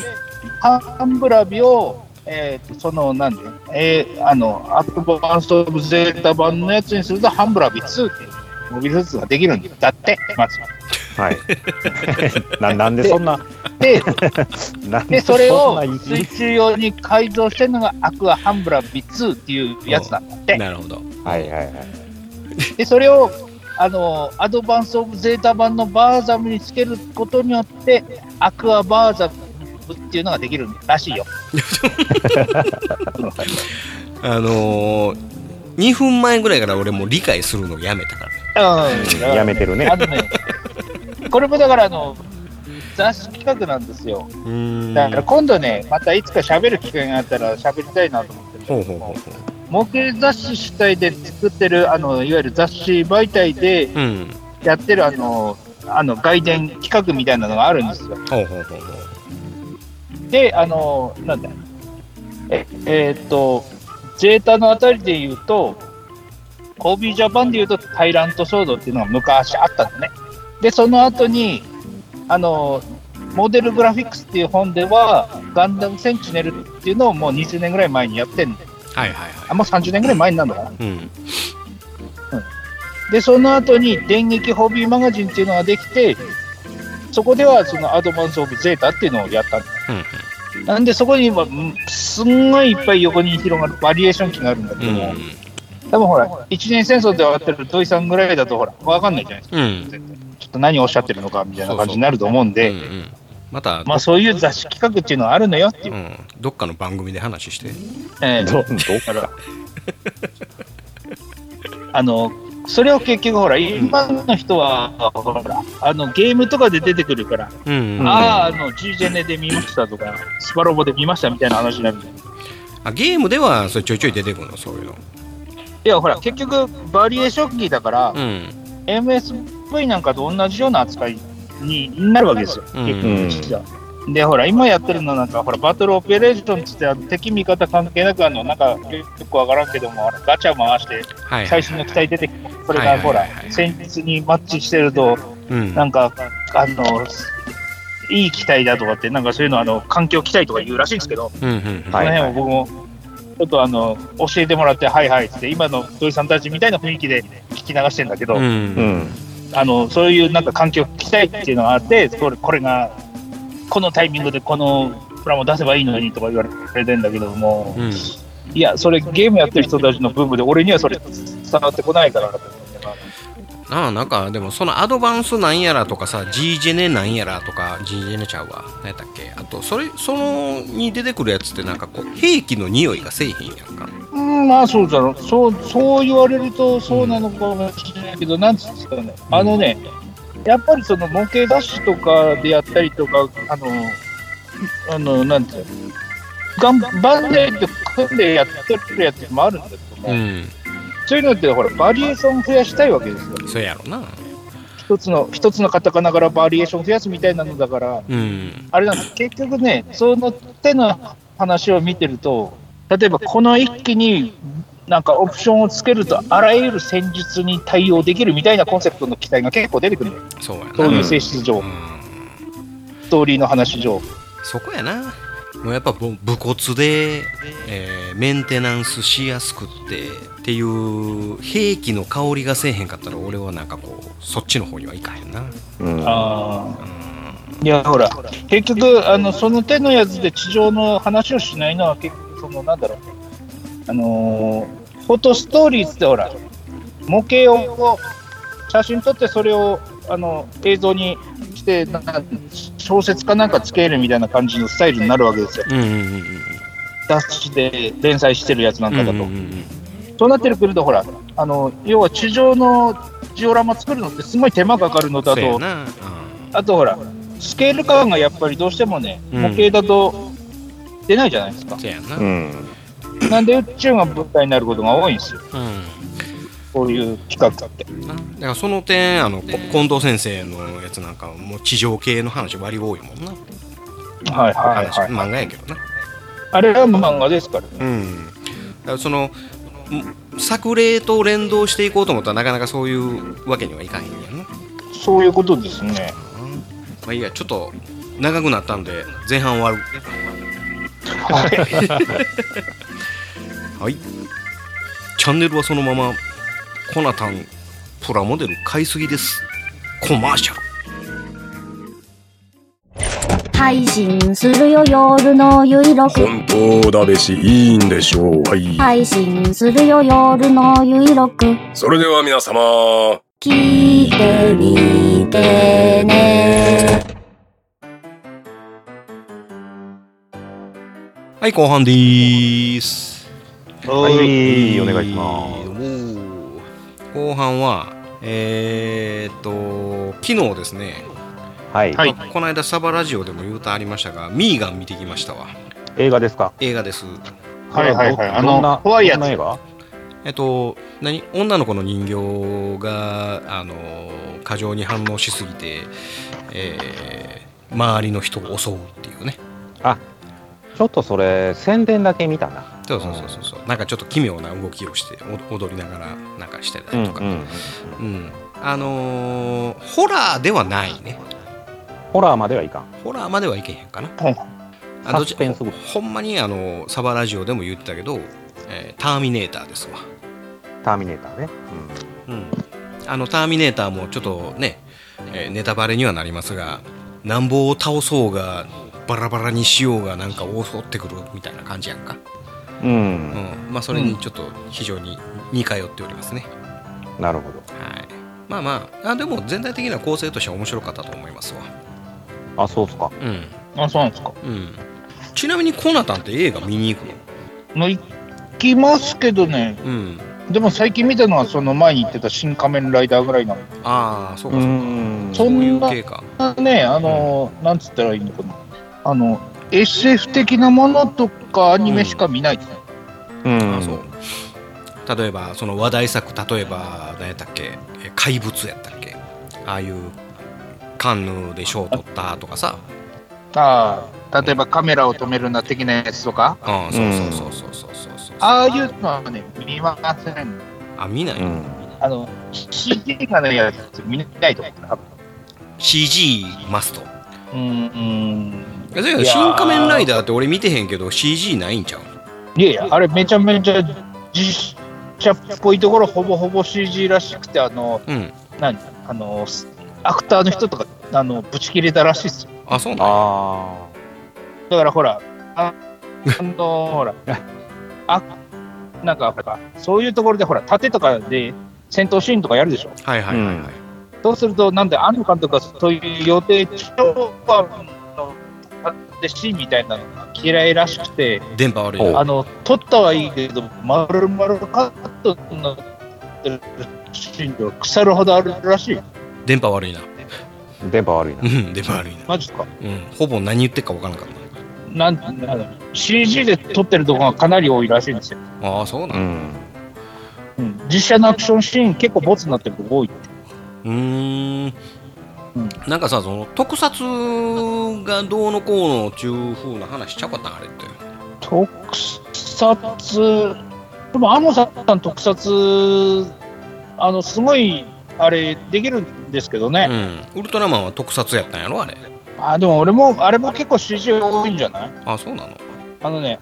ハンブラビを、えーとその、なんで、えーあの、アドバンスト・オブ・ゼータ版のやつにすると、ハンブラビ2っていうモビルスーツができるんだって、まず。あはい。 ななんでそんな、で、なんででそれをんな言い水中用に改造してるのが、アクア・ハンブラビ2っていうやつなんだって。なるほどはいはいはい。でそれをあのアドバンス・オブ・ゼータ版のバーザムにつけることによってアクア・バーザムっていうのができるらしいよ。あのー、2分前ぐらいから俺もう理解するのやめたからねうん、やめてるねあのね、これもだからあの雑誌企画なんですよ。うーんだから今度ね、またいつか喋る機会があったら喋りたいなと思っててほうほうほうほう模型雑誌主体で作ってるあのいわゆる雑誌媒体でうんやってるあのあの外伝企画みたいなのがあるんですほよ。うほうほうほうで、あの、なんだえ、えーっと、ゼータのあたりで言うと、コービージャパンで言うと、タイラント騒動っていうのが昔あったのね。で、その後に、あの、モデルグラフィックスっていう本では、ガンダムセンチネルっていうのをもう20年ぐらい前にやってんの。はいはいはあ、もう30年ぐらい前になるのかな。いうんで、その後に電撃ホビーマガジンっていうのができて、そこではそのアドバンスオブゼータっていうのをやったのなんでそこに今、うんすんごいいっぱい横に広がるバリエーション機があるんだけうどんも、多分ほら、一年戦争で上がってる土井さんぐらいだとほら、わかんないじゃないですか、うんうん絶対ちょっと何をおっしゃってるのかみたいな感じになると思うんうで、んうんまたまあそういう雑誌企画っていうのはあるのよっていうう。んどっかの番組で話してええどどっからあのそれを結局ほら、今の人は、ほら、あの、ゲームとかで出てくるから、うんうんああ、あの、G ジェネで見ましたとか、スパロボで見ましたみたいな話になるじゃないあゲームではそれちょいちょい出てくるのそういうのいや、ほら、結局、バリエーション機だから、うん、 MSV なんかと同じような扱いになるわけですよ、うん結局実はで、ほら、今やってるのなんか、ほら、バトルオペレーションっつってあの、敵味方関係なく、あの、なんか、よくわからんけども、あのガチャ回して、はい最新の機体出てきて、それはいが、はいほらはいはい、戦術にマッチしてると、うんなんか、あの、いい機体だとかって、なんかそういうの、あの、環境機体とか言うらしいんですけど、うんうんはいその辺を僕も、ちょっとあの、教えてもらって、はいはいっつって、今の土井さんたちみたいな雰囲気で聞き流してんだけど、うんうんうんあのそういうなんか環境を聞きたいっていうのがあってこれこれがこのタイミングでこのプラモ出せばいいのにとか言われてんだけども、うんいやそれゲームやってる人たちのブームで俺にはそれ伝わってこないからなと思ってまああなんかでもそのアドバンスなんやらとかさ G ジェネなんやらとか G ジェネちゃうわ何やったっけあとそれそのに出てくるやつってなんかこう兵器の匂いがせえへんやんかあうんまあそうだろうそうそう言われるとそうなのかもしれないけど、なんつうんですかねあのねやっぱりその模型雑誌とかでやったりとかあのあのなんていうのガンバンデーって組んでやってるやつもあるんだけども、うんそういうのってほらバリエーション増やしたいわけですよ。そうやろな一つの一つのカタカナからバリエーション増やすみたいなのだから、うんあれなんです結局ね、その手の話を見てると、例えばこの一機になんかオプションをつけると、あらゆる戦術に対応できるみたいなコンセプトの機体が結構出てくるのよそうやなそういう性質う上、んストーリーの話上。そこやなもうやっぱぼ武骨で、えーメンテナンスしやすくってっていう兵器の香りがせえへんかったら俺はなんかこうそっちの方にはいかへんなうんあーいやほら結局あのその手のやつで地上の話をしないのは結局そのなんだろうあのーフォトストーリーっつってほら模型を写真撮ってそれをあの映像にしてなんか小説かなんかつけるみたいな感じのスタイルになるわけですようんうんうん雑誌で連載してるやつなんうかんだと、うんうんそうなってくるとほらあの要は地上のジオラマ作るのってすごい手間かかるのとあそうやとなあとほら、スケール感がやっぱりどうしてもね、うん模型だと出ないじゃないですかうん。そうやなうんなんで宇宙が舞台になることが多いんですよ、うんこういう企画って。なだからその点あのこ近藤先生のやつなんかはもう地上系の話割り多いもんな、はいはい話はい。漫画やけどなあれは漫画ですからね。うんだからそのん作例と連動していこうと思ったらなかなかそういうわけにはいかへんやんなそういうことですね。まあいいやちょっと長くなったんで前半終わるはいチャンネルはそのままコナタンプラモデル買いすぎですコマーシャル配信するよ夜のゆいろく本当だべしいいんでしょうはい配信するよ夜のゆいろくそれでは皆様聞いてみてね。はい後半でーすはい、お願いします。す後半はえー、っと昨日ですね、はい、はいまあこの間サバラジオでも言うたありましたがミーガン見てきましたわ映画ですか。映画ですはいはいはい。あどんなの、怖いやどんな映つ。画。えっと何女の子の人形があの過剰に反応しすぎて、えー周りの人を襲うっていうねちょっとそれ宣伝だけ見たな。そうそうそうそうそう、なんかちょっと奇妙な動きをしてお踊りながらなんかしてたうんりうとか、ん。うんあのーホラーではないねホラーまではいかん。ホラーまではいけへんかな、はいあどっちサスペンス部ほんまにあのサバラジオでも言ってたけど、えーターミネーターですわ、ターミネーターね。うん、あのターミネーターもちょっとね、えーネタバレにはなりますがなんぼを倒そうがバラバラにしようがなんか襲ってくるみたいな感じやんか、うん。ううんまあ、それにちょっと非常に似通っておりますね、ん。なるほど。はい、まあまああでも全体的な構成としては面白かったと思いますわ、あ、そうっすか。うんあ、そうなんですか。うん、ちなみにコナタンって映画見に行くのまあ、行きますけどね。うんでも最近見たのは、その前に言ってた新仮面ライダーぐらいなの。ああそうかうそうか、ん。そういうそんな系かね、あの、なんつったらいいのかな。あの、SF 的なものとかアニメしか見ないですね。うんあそう例えばその話題作例えば何やったっけえ怪物やったっけああいうカンヌで賞取ったとかさああ、例えばカメラを止めるな的なやつとか。うんそうそうそうそうそうそうそうああいうのはね、見ません。あ見ない、うん。あの、CG がないやつ見ないと思うな。 CG マストうーん。いやだけどいやー新仮面ライダーって俺見てへんけど CG ないんちゃういやいや、あれめちゃめちゃ実写っぽいところ、ほぼほぼ CG らしくて、あの、うん何あの、すアクターの人とか、あの、ぶち切れたらしいですよ。あそうなんやあだからほら、ああ の、ほら、あ、なんかほら、そういうところでほら、盾とかで戦闘シーンとかやるでしょ。はいはいはいはい、そうすると、なんで、安野監督はそういう予定調和の盾シーンみたいなのが嫌いらしくて、電波悪いなあの、取ったはいいけど、丸々カットになってるシーンが腐るほどあるらしい。電波悪いなあ。電波悪いなう。ん電波悪いな、マジか。うん、ほぼ何言ってるか分からなかったなん、なんだ CG で撮ってるところがかなり多いらしいんですよ。ああそうなうんん。うん、実写のアクションシーン結構ボツになってるとこ多い。うーんなんかさその特撮がどうのこうのっていう風な話しちゃうかったんあれって特撮、でも、安野さん特撮、あの、すごい、あれ、できるんですけどね。うんウルトラマンは特撮やったんやろあれあ、でも俺も、あれも結構 CG 多いんじゃないあそうなのあのね、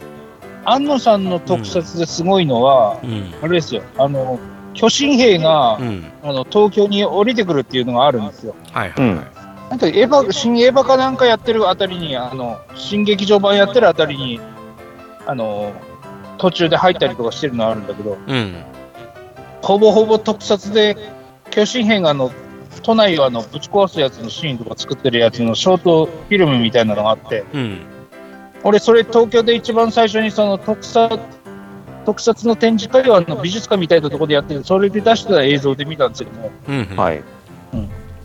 安野さんの特撮ですごいのは、うんあれですよ、あの、巨神兵が、うんあの東京に降りてくるっていうのがあるんですよ。はいはいはいなんかエヴァ、新エヴァかなんかやってるあたりに、あの、新劇場版やってるあたりに、あの、途中で入ったりとかしてるのあるんだけど、うん、ほぼほぼ特撮で、巨神兵があの、都内をあの、ぶち壊すやつのシーンとか作ってるやつのショートフィルムみたいなのがあって、うん、俺それ東京で一番最初にその特撮特撮の展示会をあの美術館みたいなところでやってるそれで出してた映像で見たんですけどもうんうんはい。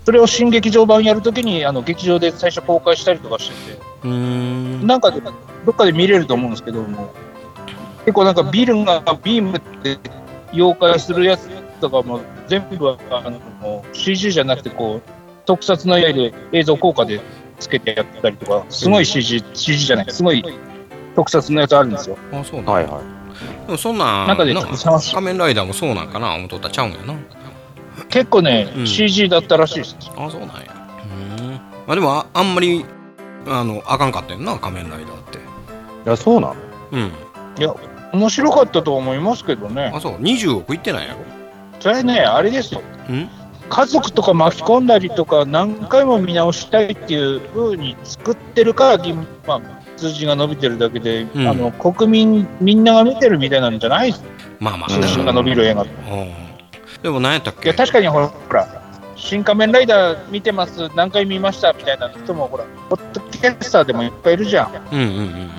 それを新劇場版やるときにあの劇場で最初公開したりとかしてうーてんなんかでどっかで見れると思うんですけども結構なんかビルがビームって妖怪するやつとかも全部あの CG じゃなくてこう特撮のやりで映像効果でつけてやったりとかすごい CG, CG じゃないすごい特撮のやつあるんですよあそうなはのいはい。でもそんなん中でな探す仮面ライダーもそうなんかな思っとったらちゃうんやな結構ね、うん CG だったらしいです。あそうなんやうんまあでもああんまりあのあかんかったよな仮面ライダーっていや、そうなの。うんいや、面白かったと思いますけどね。あそう20億いってないやろそれね、あれですよ。うん家族とか巻き込んだりとか、何回も見直したいっていう風に作ってるから、ぎまあ、数字が伸びてるだけで、うんあの国民みんなが見てるみたいなんじゃないですまあまあうん数字が伸びる映画って。うんでも何やったっいけや、確かにほら、新仮面ライダー見てます、何回見ましたみたいな人も、ほら、ポッドキャスターでもいっぱいいるじゃん。うんうんうんうん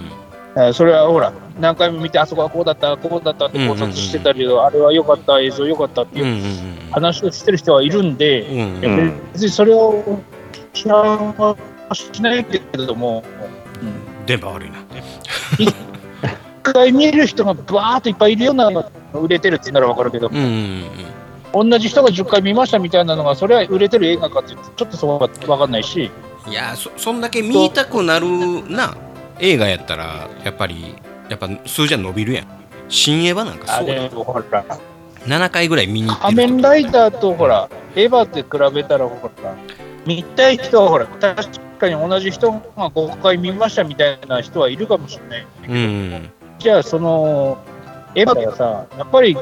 えーそれはほら、何回も見て、あそこはこうだった、こうだったって考察してたけど、あれは良かった、映像良かったってうんいううん話をしてる人はいるんで、うんうんうんいや別にそれを批判はしないけれども、電波悪いな一回見る人がバーっといっぱいいるようなのが売れてるって言うならわかるけど、うんうんうん同じ人が10回見ましたみたいなのが、それは売れてる映画かっていうと、ちょっとそこは分かんないし、うんいやそそんだけ見たくなるな映画やったらやっぱりやっぱ数字は伸びるやん新エヴァなんかあそうだれよもほら、 7回ぐらい見に行って仮る面ライダーとほら、エヴァって比べたら、ほら、見たい人はほら、確かに同じ人が5回見ましたみたいな人はいるかもしれない。うんうんじゃあ、その、エヴァがさ、やっぱり、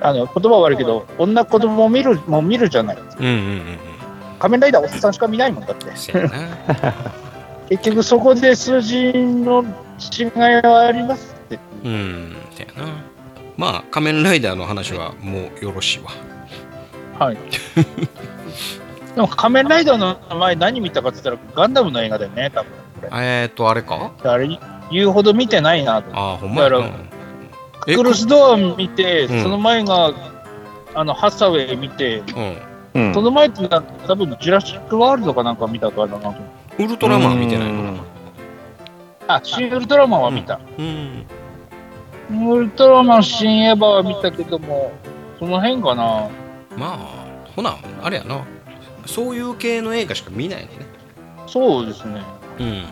あの言葉は悪いけど、女子供も見るも見るじゃない。うんうんうんうん仮面ライダーおっさんしか見ないもんだって。せや な結局そこで数字の違いはありますって。うんせやなまあ仮面ライダーの話はもうよろしいわはい。 でも仮面ライダーの名前何見たかって言ったらガンダムの映画だよね、多分これ。えー、っとあれかあれ言うほど見てないなと。ああほんまやだなかえクロスドア見て、うんその前があのハサウェイ見て、ううんその前ってなんか多分ジュラシック・ワールドかなんか見たからな。んウルトラマン見てないのかなあ、シン・ウルトラマンは見た。うんウルトラマン、シン・エヴァは見たけども、その辺かな。まあほなあれやなそういう系の映画しか見ないのねそうですね。うん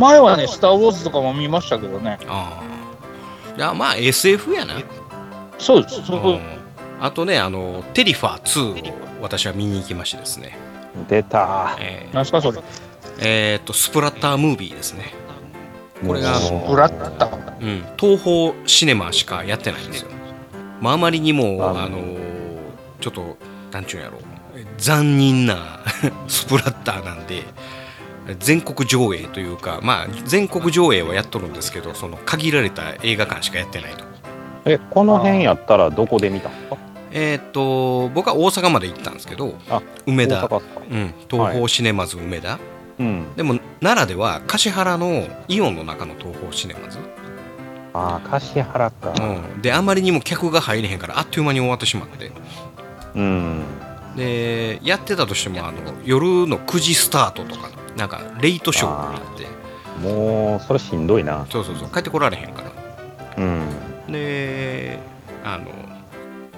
前はね、スター・ウォーズとかも見ましたけどね。ああいやまあ SF やなそうです。そううんあとねあのテリファー2を私は見に行きましてですね出た。えー何すか、それ。えーっとスプラッタームービーですねこれがブラッタ。うん、東宝シネマしかやってないんですよ、まあ、あまりにもああのちょっとなんちゅうんやろ残忍な スプラッターなんで全国上映というか、まあ、全国上映はやっとるんですけどその限られた映画館しかやってないと,、え、この辺やったらどこで見たんですかえーっと僕は大阪まで行ったんですけどあ梅田大、阪っすかうん、東宝シネマズ梅田、うん。でも奈良では橿原のイオンの中の東宝シネマズ、ああ、橿原か。うん、であまりにも客が入れへんからあっという間に終わってしまってうん。でやってたとしてもあの夜の9時スタートとかなんかレイトショーになってもう、それしんどいな。そうそうそう帰ってこられへんからうん。であの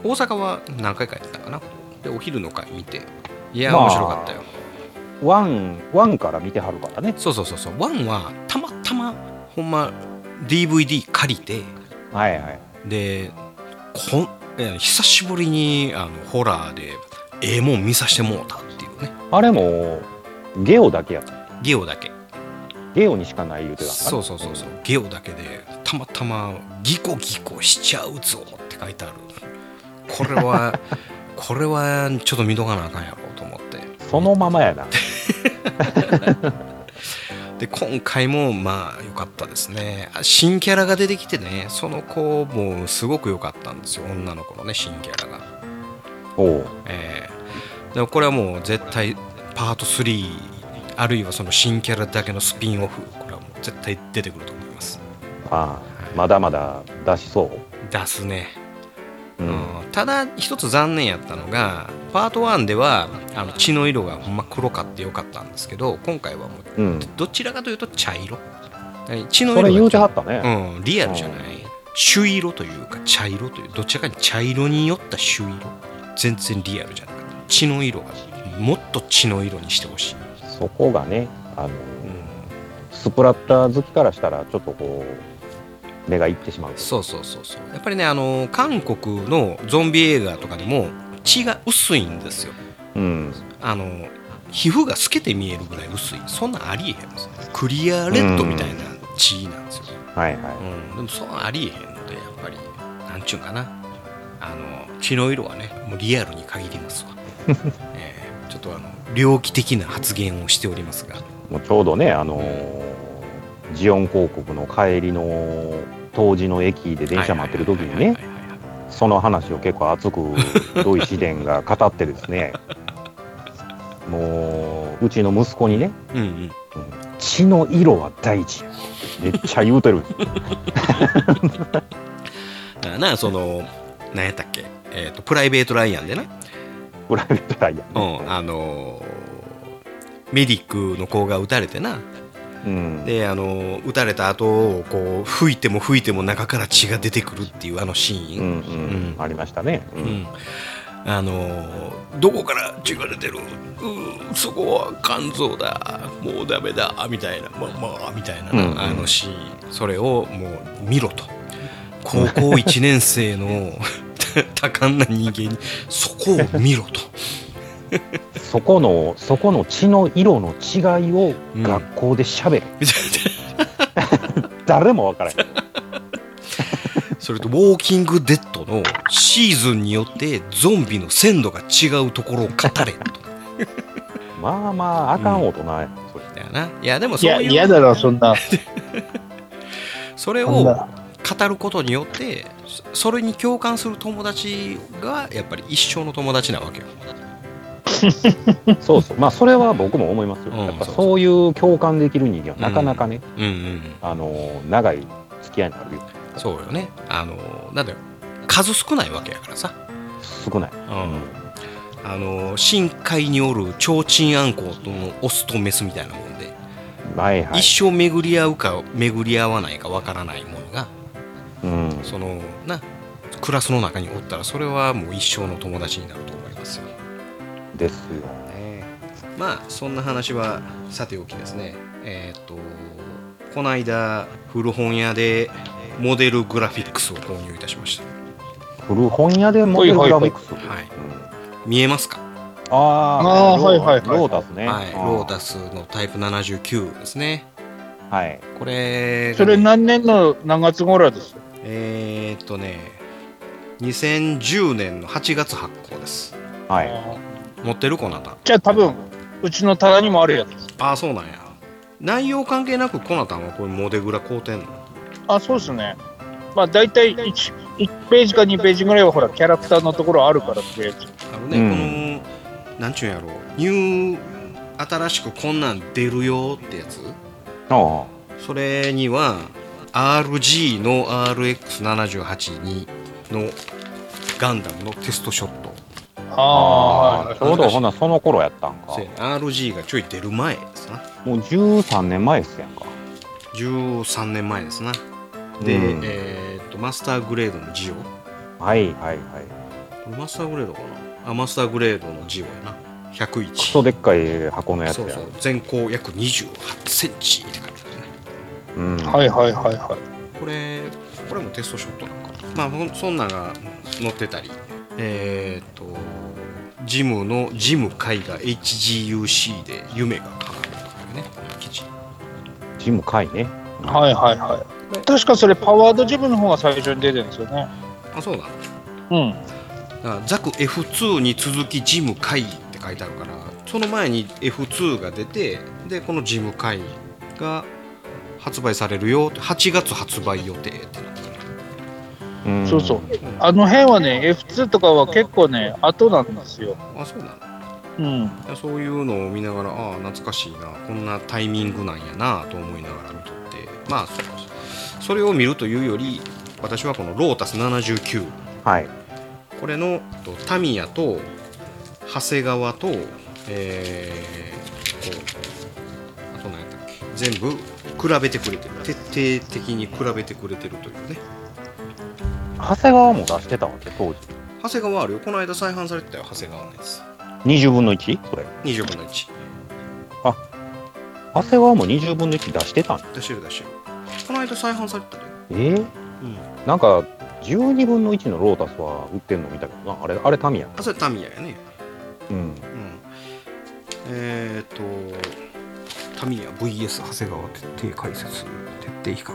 大阪は何回かやってたかなでお昼の回見ていや、まあ面白かったよワン、ワンから見てはるからね。そうそうそうそうワンはたまたまほんま DVD 借りてはいはい。でこんえ久しぶりにあのホラーでええもん見さしてもうたっていうねあれも、ゲオだけやった。ゲオだけゲオにしかない言うてたからねそうそうそうそうゲオだけでたまたま「ギコギコしちゃうぞ」って書いてあるこれ はこれはちょっと見とかなあかんやろうと思ってそのまま やな。で今回もまあ良かったですねあ新キャラが出てきてねその子もすごく良かったんですよ女の子のね新キャラがおう。えーでもこれはもう絶対パート3あるいはその新キャラだけのスピンオフこれはもう絶対出てくると思いますああ、まだまだ出しそ出すねう。うん。うんただ一つ残念やったのがパート1ではあの血の色がほんま黒かってよかったんですけど今回はもううん。どちらかというと茶色血のそれ言色うてはがったね。うん、リアルじゃない朱色というか茶色というどちらかに茶色によった朱色全然リアルじゃなくて血の色がもっと血の色にしてほしい、そこがね、あの、うん、スプラッター好きからしたら、ちょっとこう、目がいってしまう。そうそうそうそうやっぱりねあの韓国のゾンビ映画とかでも血が薄いんですようん。あの皮膚が透けて見えるぐらい薄いそんなんありえへんですクリアレッドみたいな血なんですよ、はいはうい。んでもそんなんありえへんのでやっぱりなんちゅうんかなあの血の色はねもうリアルに限り ますわ、えーちょっとあの猟奇的な発言をしておりますがもうちょうどね、あのージオン広告の帰りの、当時の駅で電車待ってる時にはいねは、いはいはいはいその話を結構熱く土井紫伝が語ってで すねもううちの息子にねうんうん「血の色は大事や」めっちゃ言 うてるんですだからなその何やったっけ、えー、とプライベートライアンでな、プライベートダイヤうねん、あのーメディックの子が撃たれてなうんであのー撃たれた後をこう吹いても吹いても中から血が出てくるっていうあのシーうン、んうんうんありましたねううんんあのーどこから血が出てるうーそこは肝臓だもうダメだみたいなまあまあみたいな、うんうんあのシーンそれをもう見ろと高校1年生の 多感な人間にそこを見ろと。 そこのそこの血の色の違いを学校で喋れ、誰も分からへんそれと「ウォーキング・デッド」のシーズンによってゾンビの鮮度が違うところを語れとまあまああかん大人や、それだよないやでもいそうや、い嫌うだろ、そんな。それそんをな語ることによってそそれに共感する友達がやっぱり一生の友達なわけよそうそうまあそれは僕も思いますよ、うんやっぱそうそういう共感できる人間はなかなかね、うんうんあの長い付き合いになるよそうよねあのなんだよ数少ないわけやからさ、少ない、うんあの深海におる提灯あんことのオスとメスみたいなもんで、はいはい、一生巡り合うか巡り合わないかわからないものがうん、そのなクラスの中におったらそれはもう一生の友達になると思いますよですよまあそんな話はさておきですねえーっとこの間古本屋でモデルグラフィックスを購入いたしました古本屋でモデルグラフィックス、はいうん見えますか、ああーはいはいはいロータスね、はいロータススのタイプ79ですねはいこれそがねれ何年の何月頃ですよえーっとね2010年の8月発行ですはい持ってるこなたじゃあ多分、うちの棚にもあるやつ。ああそうなんや内容関係なくコナタンはこれモデグラ買うてんのあ、そうですね。まあ大体 1, 1ページか2ページぐらいはほら、キャラクターのところあるからって。あのね、このなんちゅうんやろニュー新しくこんなん出るよってやつあそれには RG の RX78 にのガンダムのテストショットああーちょうどほなその頃やったんかせ RG がちょい出る前ですなもう13年前っすやんか13年前ですなで、うんえーっとマスターグレードのジオこはいはいはいれマスターグレードかなあマスターグレードのジオやな101クソでっかい箱のやつそうやそう全高約2 8センチって書いてあるねうんはいはいはいはい。これこれもテストショットなのかなまあほんそんなんが載ってたりえーっとジムのジム絵画 HGUC で夢が叶うとかいうね記事ジムかいねはいはいはい。確かそれパワードジムの方が最初に出てるんですよね。あそうだうん。だからザク F2 に続きジム絵って書いてあるからその前に F2 が出てでこのジム絵が発売されるよって8月発売予定ってなってるんそうそう。あの辺はね、F2 とかは結構ね、後なんですよ。あそうなのうん。いやそういうのを見ながらああ懐かしいなこんなタイミングなんやなと思いながら見とってまあそそれを見るというより私はこのロータス79はいこれのとタミヤと長谷川とえー、こうあと何やったっけ全部比べてくれてる徹底的に比べてくれてるというね長谷川も出してたわけ当時長谷川あるよこの間再販されてたよ長谷川のやつ20分の 1? それ20分の1長谷川も20分の1出してたん出してる出してるこの間再販されてたでえーうんなんか12分の1のロータスは売ってんの見たけどなあれあれタミヤあそれタミヤやねうんうん、えーっ、と「タミヤ VS 長谷川徹底解説徹底比較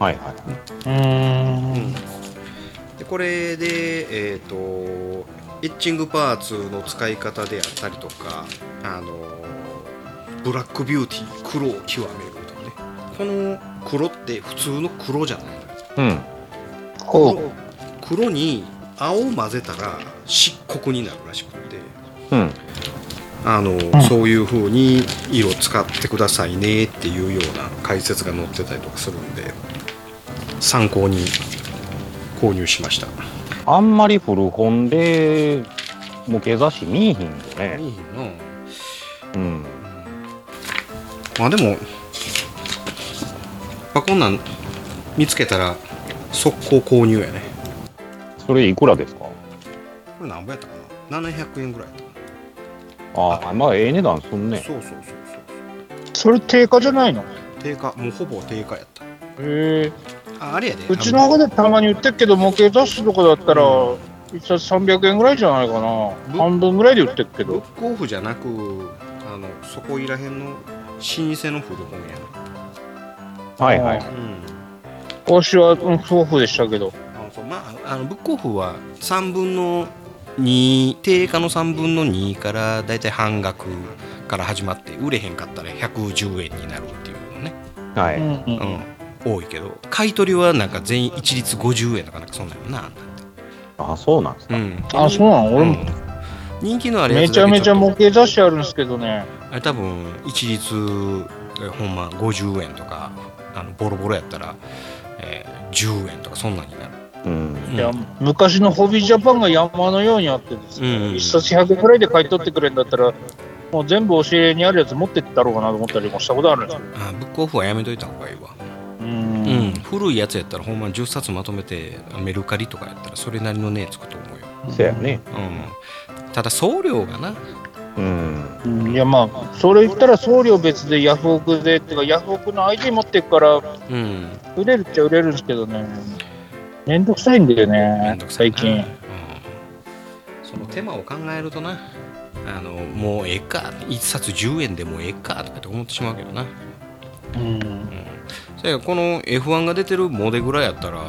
はいはいうー」ん。でこれでえーっ、とエッチングパーツの使い方であったりとかあのブラックビューティー黒を極めるとかねこの黒って普通の黒じゃないのようんこう。黒黒に青を混ぜたら漆黒になるらしくってうん。あの、そういう風に色使ってくださいねっていうような解説が載ってたりとかするんで参考に購入しましたあんまり古本で、模型雑誌見えへんよね。いいなうん。まあでも、まあ、こんなん見つけたら速攻購入やねそれいくらですかこれ何ぼやったかな700円ぐらいやったかああ、まあ、ええ値段すんな、ね。そうそうそうそうそれ定価じゃないの定価もうほぼ定価やったへえああれやでうちの方でたまに売ってるけど模型雑誌とかだったら一冊300円ぐらいじゃないかぶな半分ぐらいで売ってるけブッどクオフじゃなくあのそこいらへんの老舗の古本屋はいはい。うん私はうん夫婦でしたけどあのそうまああのブックオフは3分の2定価の3分の2からだいたい半額から始まって売れへんかったら110円になるっていうのね、はうい。んうんうん、多いけど買い取りはなんか全員一律50円とかなんかそんなんやな、あ、そうなんですうか。ん、あそうなの俺もうん人気のあれめやつちだゃけめちゃょっと模型雑誌あるんですけどねあれ多分一律えほんま50円とかあのボロボロやったら、えー10円とかそんなんになる、うん。いや昔のホビージャパンが山のようにあってですね、うんうんうん一冊100円くらいで買い取ってくれるんだったら、もう全部教えにあるやつ持ってったろうかなと思ったりもしたことあるんですけど、あブックオフはやめといた方がいいわうんうん、古いやつやったらほんま10冊まとめてメルカリとかやったらそれなりの値つくと思うよ、せやね。うん、ただ送料がなうん。うんいやまあ、それ言ったら送料別でヤフオクで、ってかヤフオクの ID 持ってくから、うん売れるっちゃ売れるんですけどね、めんどくさいんだよめねんど、くさい最なう近。ん、その手間を考えるとなあのもうええか1冊10円でもええかとかって思ってしまうけどな、うん、うん、そやこの F1 が出てるモデぐらいやったら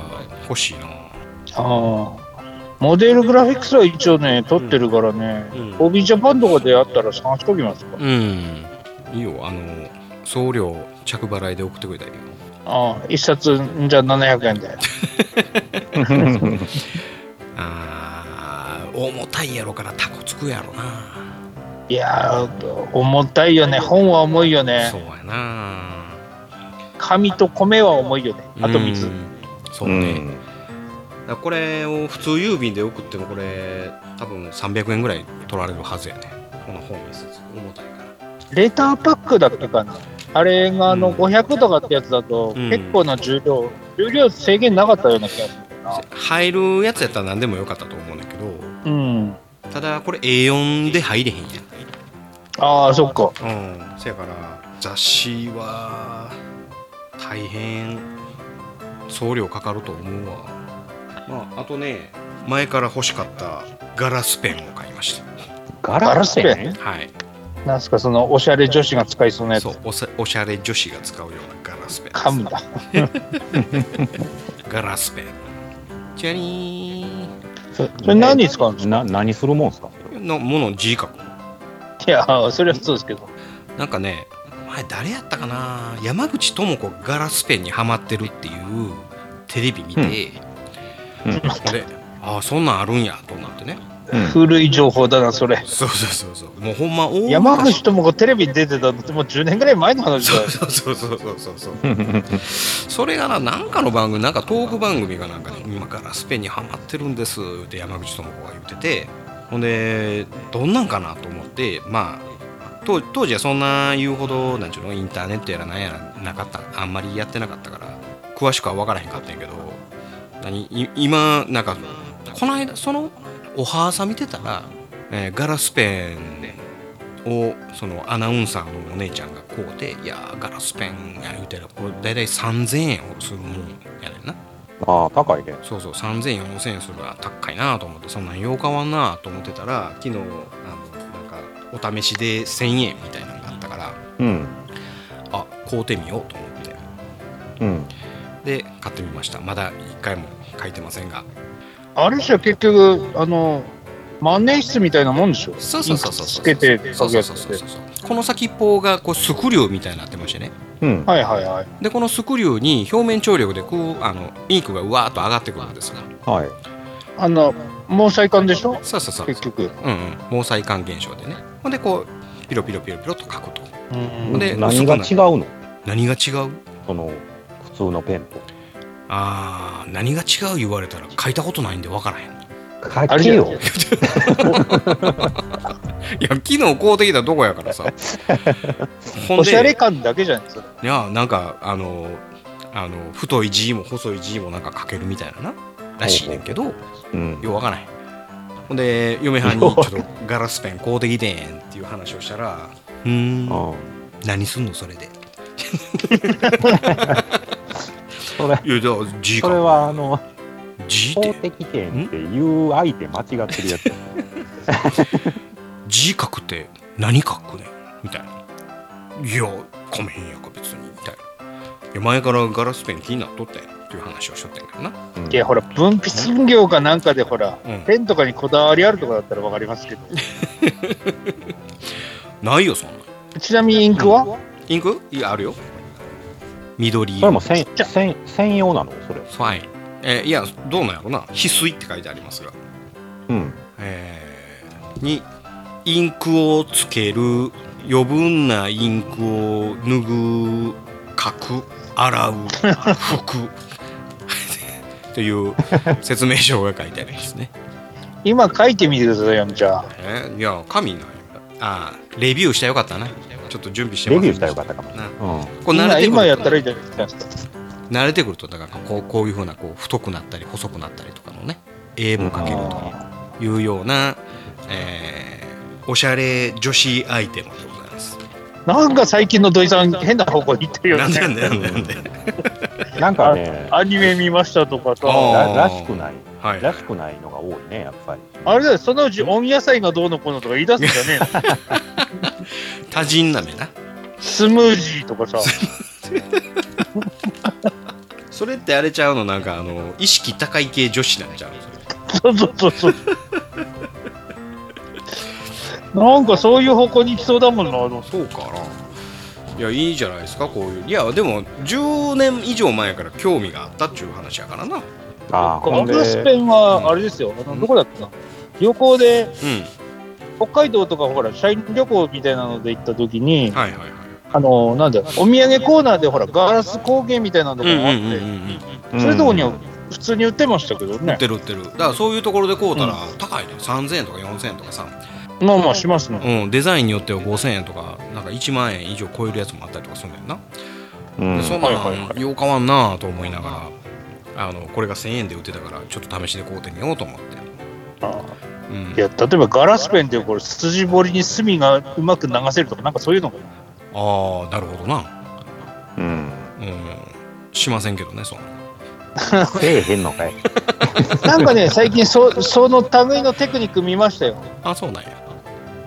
欲しいなああモデルグラフィックスは一応ね、撮ってるからね、うんホビージャパンとかであったら探しときますか。うんいいよあの送料着払いで送ってくれたらいいよああ一冊んじゃあ700円であー重たいやろからタコつくやろないやー重たいよね本は重いよねそうやな紙と米は重いよねあと水うんそううね、ん。だからこれを普通郵便で送ってもこれ多分300円ぐらい取られるはずやねこの本一冊重たいからレターパックだったかなあれがあのうん500とかってやつだとうん結構な重量重量制限なかったような気がするな入るやつやったら何でもよかったと思うんだけどうんただこれ A4 で入れへんやんああそっかうんせやから雑誌は大変送料かかると思うわまああとね前から欲しかったガラスペンを買いましガガララススペペンンたはいなんすかそのおしゃれ女子が使いそうなやつそうおしゃおしゃれ女子が使うようなガラスペン噛むなガラスペンチャリーそそれ何に使うんですな、か何するもんすか ンのもの字書くいやーそれはそうですけどなんかね前誰やったかな山口智子ガラスペンにはまってるっていうテレビ見て、うんうんでああそんなんあるんやとなってねうん。古い情報だなそれそうそうそうそうもうほんま大山昔口智子テレビに出てたのってもう10年ぐらい前の話だよそうそうそうそうそうそうそれがななんかの番組なんかトーク番組がなんかね今からスペにハマってるんですって山口智子が言っててほんでどんなんかなと思ってまあ当当時はそんな言うほどなんちゅうのインターネットやらなんやらなかったあんまりやってなかったから詳しくは分からへんかったんやけど何い今なんかこの間そのおはーさ見てたら、えーガラスペンでをそのアナウンサーのお姉ちゃんがこうて「いやーガラスペンや」言うてらこれ大体3,000円をするもんやねんなああ、高いね。そうそう3,000円4,000円するから高いなと思ってそんなんよう買わんなと思ってたら昨日あのなんかお試しで1,000円みたいなのがあったからうん。あ買うてみようと思ってうん。で買ってみましたまだ1回も書いてませんがあれじゃ結局あの万年筆みたいなもんでしょそうそうそうそうつそうけて書そうくそうやつそうっそうてそうこの先っぽがこうスクリューみたいになってましてねうん。はいはいはいでこのスクリューに表面張力でこうあのインクがうわーっと上がってくるんですがはい。あの、毛細管でしょそうそうそう結局。うんうん毛細管現象でねほんでこうピロピロピロピロと書くとうんんで何が違うの何が違うその普通のペンとあー何が違う言われたら書いたことないんで分からへん書あけれじゃよないいや昨日買うてきたとこや からさほんでおしゃれ感だけじゃないですか。いやなんかあのあの太い字も細い字もなんか書けるみたいなならしいねんけどうんようわからへんほんで嫁はんに「ちょっとガラスペン買うてきてん」っていう話をしたら「うーんうん何すんのそれで」それいやじゃあ字それかはあの字っ法て的点っていう相手間違ってるや つ字書くって何書くねんみたいな「いやかめへんやんか別に」みたいないや前からガラスペン気になっとってんっていう話をしとってんけどな、うんいや、ほら、分泌業かなんかで、ほら、うん、ペンとかにこだわりあるとかだったらわかりますけど。ないよそんなんちなみにインクはインクいやあるよ緑それ色も専専専用なのそれファイン、えーいやどうなんやろな翡翠って書いてありますが、うんえーにインクをつける余分なインクを拭う書く 洗う拭くという説明書が書いてありますね、今書いてみてくださいよ、じゃあ。えーいや神なんやあーレビューしたらよかったなちょっと準備してレますビューしたらよかったかもなうんこれ慣れてくる今と今やったらいいじゃないですか。慣れてくるとだからこうこういうふうなこう太くなったり細くなったりとかのね絵も描けるというような、えーおしゃれ女子アイテムでございます。なんか最近の土井さん、変な方向に行ってるよなんでなんね。でなんでなんで。なんかねアニメ見ましたとかさ。あらーらしくないはい。らしくないのが多いねやっぱりあれだよ、そのうち温野菜がどうのこうのとか言い出すんじゃねえの多人なめな。 スムージーとかさ。それってあれちゃうのなんかあの意識高い系女子なんちゃうそうそうそうそう。なんかそういう方向に行きそうだもんな、あのそうかないやいいじゃないですかこういういやでも10年以上前から興味があったっていう話やからなうんあーガほんでラスペンはあれですよ、あのどこだったの旅行で北海道とかほら社員旅行みたいなので行った時にはいはいはいあのなんだよお土産コーナーでほらガラス工芸みたいなのうがあって、んうんそういうとこには普通に売ってましたけど売っね、てる売ってるだからそういうところで買うたら高いね3000円とか4000円とかさまあまあしますね、うん、デザインによっては5000円とかなんか1万円以上超えるやつもあったりとかするんだよな、うんでそんなん、はいはいはいよう変わんなあと思いながらあのこれが1000円で売ってたからちょっと試しで買うてみようと思って、あうんい、や例えばガラスペンでこれ筋彫りに墨がうまく流せるとかなんかそうい うのがああなるほどな、うんうん、しませんけどねそんなせえへんのかいなんかね最近そその類のテクニック見ましたよあそうなんや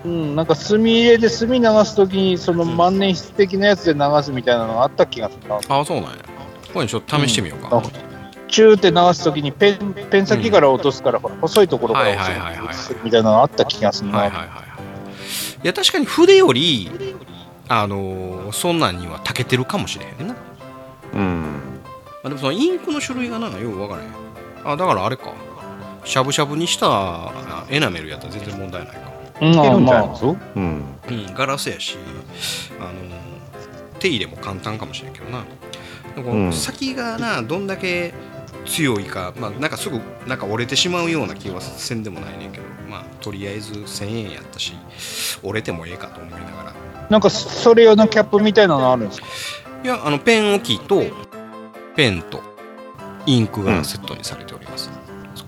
うん、なんか墨入れで墨流すときにその万年筆的なやつで流すみたいなのがあった気がするなあそうなんやこれちょっと試してみようか、うんチューって流すときにペンペン先から落とすから、ほら細いところから落はいはいはいはいとすみたいなのあった気がするな、はいはいはいはいいや確かに筆よりあのーそんなんにはたけてるかもしれへんなうんあでもそのインクの種類がなよう分からへんあだからあれかしゃぶしゃぶにしたあエナメルやったら全然問題ないか、うんいけるんちまゃいあますうんうん、ガラスやし、あのー手入れも簡単かもしれんけどなでもこうのん先がなどんだけ強いか、まあ、なんかすぐなんか折れてしまうような気はせんでもないねんけど、まあ、とりあえず1000円やったし折れてもええかと思いながらなんかそれ用のキャップみたいなのあるんですかいやあのペン置きとペンとインクがセットにされております、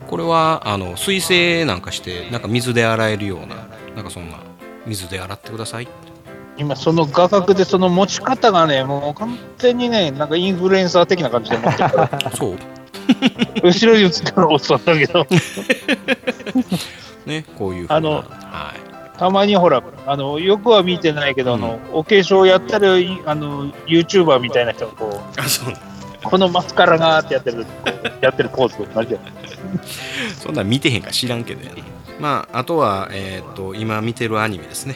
これはあの水性なんかしてなんか水で洗えるようななんかそんな水で洗ってください今その画角でその持ち方がねもう完全にねなんかインフルエンサー的な感じで持 ってるからそう後ろに映ってるのはおっさんだけどねこういうふうなあのはいたまにほらあのよくは見てないけど、あのお化粧やったりあの YouTuber みたいな人がこうあそうこのマスカラがーってやっ てる、やってるポーズと同じじゃないそんなん見てへんか知らんけどやなまああとはえーっと今見てるアニメですね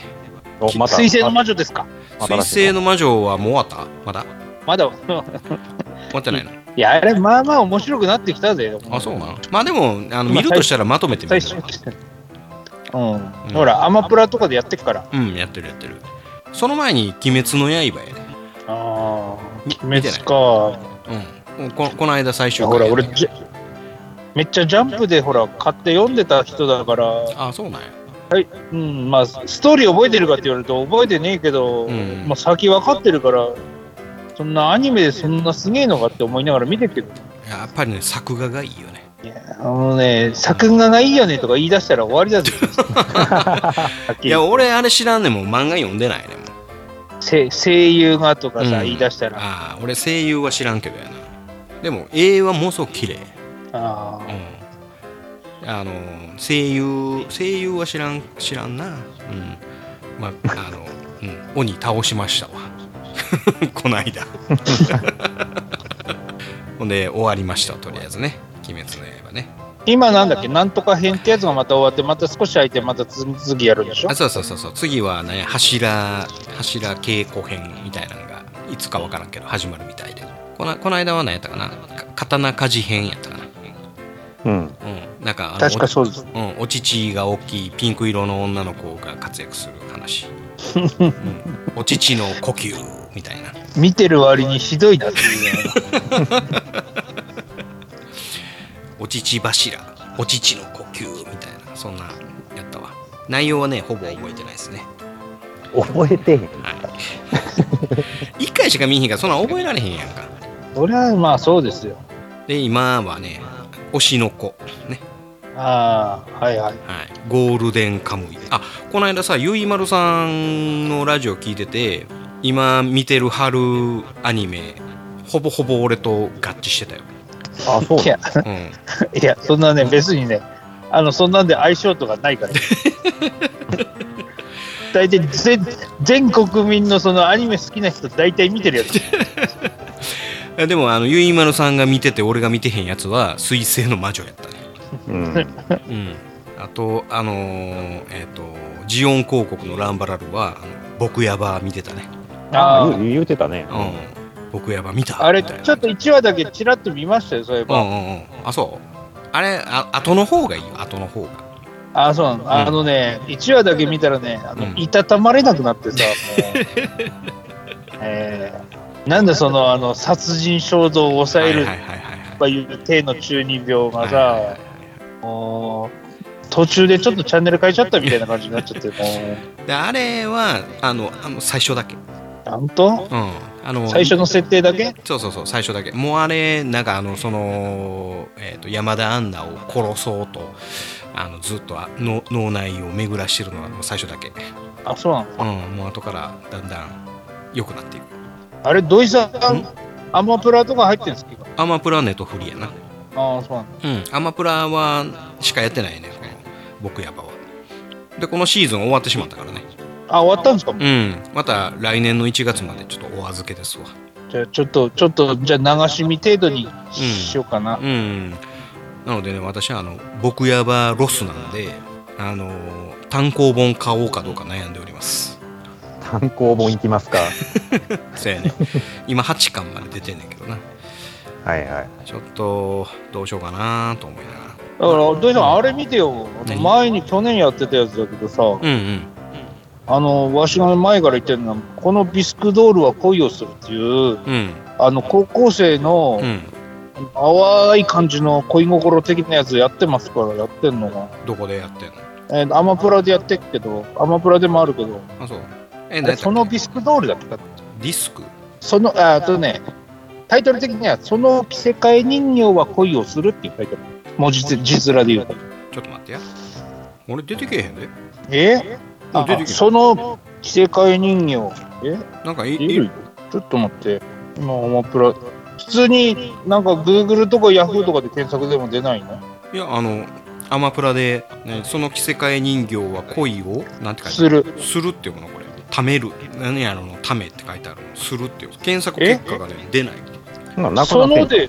おまた水星の魔女ですか「水星の魔女」はもう終わったまだまだ、終わってないのいや、あれ、まあまあ面白くなってきたぜ。あそうなのまあでもあの見るとしたらまとめてみ最る初に来た。うん、ほら、アマプラとかでやってっから。うんやってるやってるその前に「鬼滅の刃」やねああ、み鬼滅か。うんここの間最い終や回ほら、やね俺、じゃめっちゃジャンプでほら、買って読んでた人だから、あそうなんやうん、まあ、ストーリー覚えてるかって言われると覚えてねえけど、うんまあ、先分かってるから、そんなアニメでそんなすげえのかって思いながら見てるけど、やっぱりね作画がいいよねあのね、作画がいいよねとか言い出したら終わりだぜ。 いや俺あれ知らんねんもん漫画読んでないねんもうせ声優がとかさ、うん言い出したら、ああ俺声優は知らんけどやなでも絵はものすごく綺麗あーうん、あの声優声優は知らん知らんな、うんまああのうん、鬼倒しましたわ こない だほんで終わりましたとりあえずね「鬼滅の刃ね」今なんだっけ、なんとか編ってやつがまた終わって、また少し空いて、また次々やるんでしょあそうそうそうそう次はね柱柱稽古編みたいなのがいつかわからんけど始まるみたいでこなこの間は何やったかなか刀鍛冶編やったかなうん。うんなんかあの確かそうです。うん、お乳が大きいピンク色の女の子が活躍する話、うんお乳の呼吸みたいな見てる割にひどいなっていうね。お乳柱お乳の呼吸みたいなそんなやったわ内容はねほぼ覚えてないですね、覚えてへん。 はい、1回しか見えへんからそんなん覚えられへんやんかそれはまあそうですよ。で今はね推しの子ねああ、はいははい。い、ゴールデンカムイあこの間さゆいまるさんのラジオ聞いてて今見てる春アニメほぼほぼ俺と合致してたよ、あ、そうい。や、うん、い や、そんなね、別にね、あの、そんなんで相性とかないから。大体全全国民のそのアニメ好きな人大体見てるやつえでもあのゆいまるさんが見てて俺が見てへんやつは「水星の魔女」やったねうん。うんあとあのーえっ、とジオン広告のランバラルはあの僕やば見てたね あ言う言うてたね。うん僕やば見たああれみちたいなょっと1話だけちらっと見ましたよそういえうんば、うんうんあそうあれあ後の方がいいよ後の方がああそうなの、あのね1話だけ見たらねあの、うんいたたまれなくなってさ もうえーなんでそのあの殺人衝動を抑えるはいはいはいはいはいとかいう手の中二病がさ、はいはいはいもう途中でちょっとチャンネル変えちゃったみたいな感じになっちゃって、もう、であれはあのあの最初だけ、うん、なんとあの最初の設定だけそうそうそう最初だけもうあれなんかあのその、えー、と山田アンナを殺そうとあのずっとあの脳内を巡らしてるのはもう最初だけ、うあ、そうなのん、もう後からだんだん良くなっていくあれ、土井さんん、アマプラとか入ってるんですけど。アマプラネットフリーやなああ、そうなのうんアマプラはしかやってないねこの僕やばはでこのシーズン終わってしまったからねあ、終わったんですかもううんまた来年の1月までちょっとお預けですわじゃあ、ちょっと、ちょっと、じゃあ流し見程度にしようかな。うん、なのでね私はあの僕やばロスなんであのー単行本買おうかどうか悩んでおります単行本いきますか。そう やね今8巻まで出てんねんけどなはいはい。ちょっとどうしようかなと思いながだから、土井さん、あれ見てよ。何前に去年やってたやつだけどさ、らうんうんあの、わしが前から言ってるのは、このビスクドールは恋をするっていう、うんあの、高校生の、うん淡い感じの恋心的なやつやってますからやってんのが、どこでやってんのえーアマプラでやってっけどアマプラでもあるけどあそうえあれ何そのビスクドールだったディスクそのああとねタイトル的には「その着せ替え人形は恋をする」っていうタイトル文字字面で言うとちょっと待ってや俺出てけえへんでえあ出てあきたその着せ替え人形えなんかいいいるちょっと待って今アマプラ普通になんか Google とか Yahoo とかで検索でも出ないのいやあのアマプラで、ね、その着せ替え人形は恋をなんて書いてあるするするっていうものこれためる何やろのためって書いてあるのするっていう検索結果がね出ないそんなんなくなそのってんで、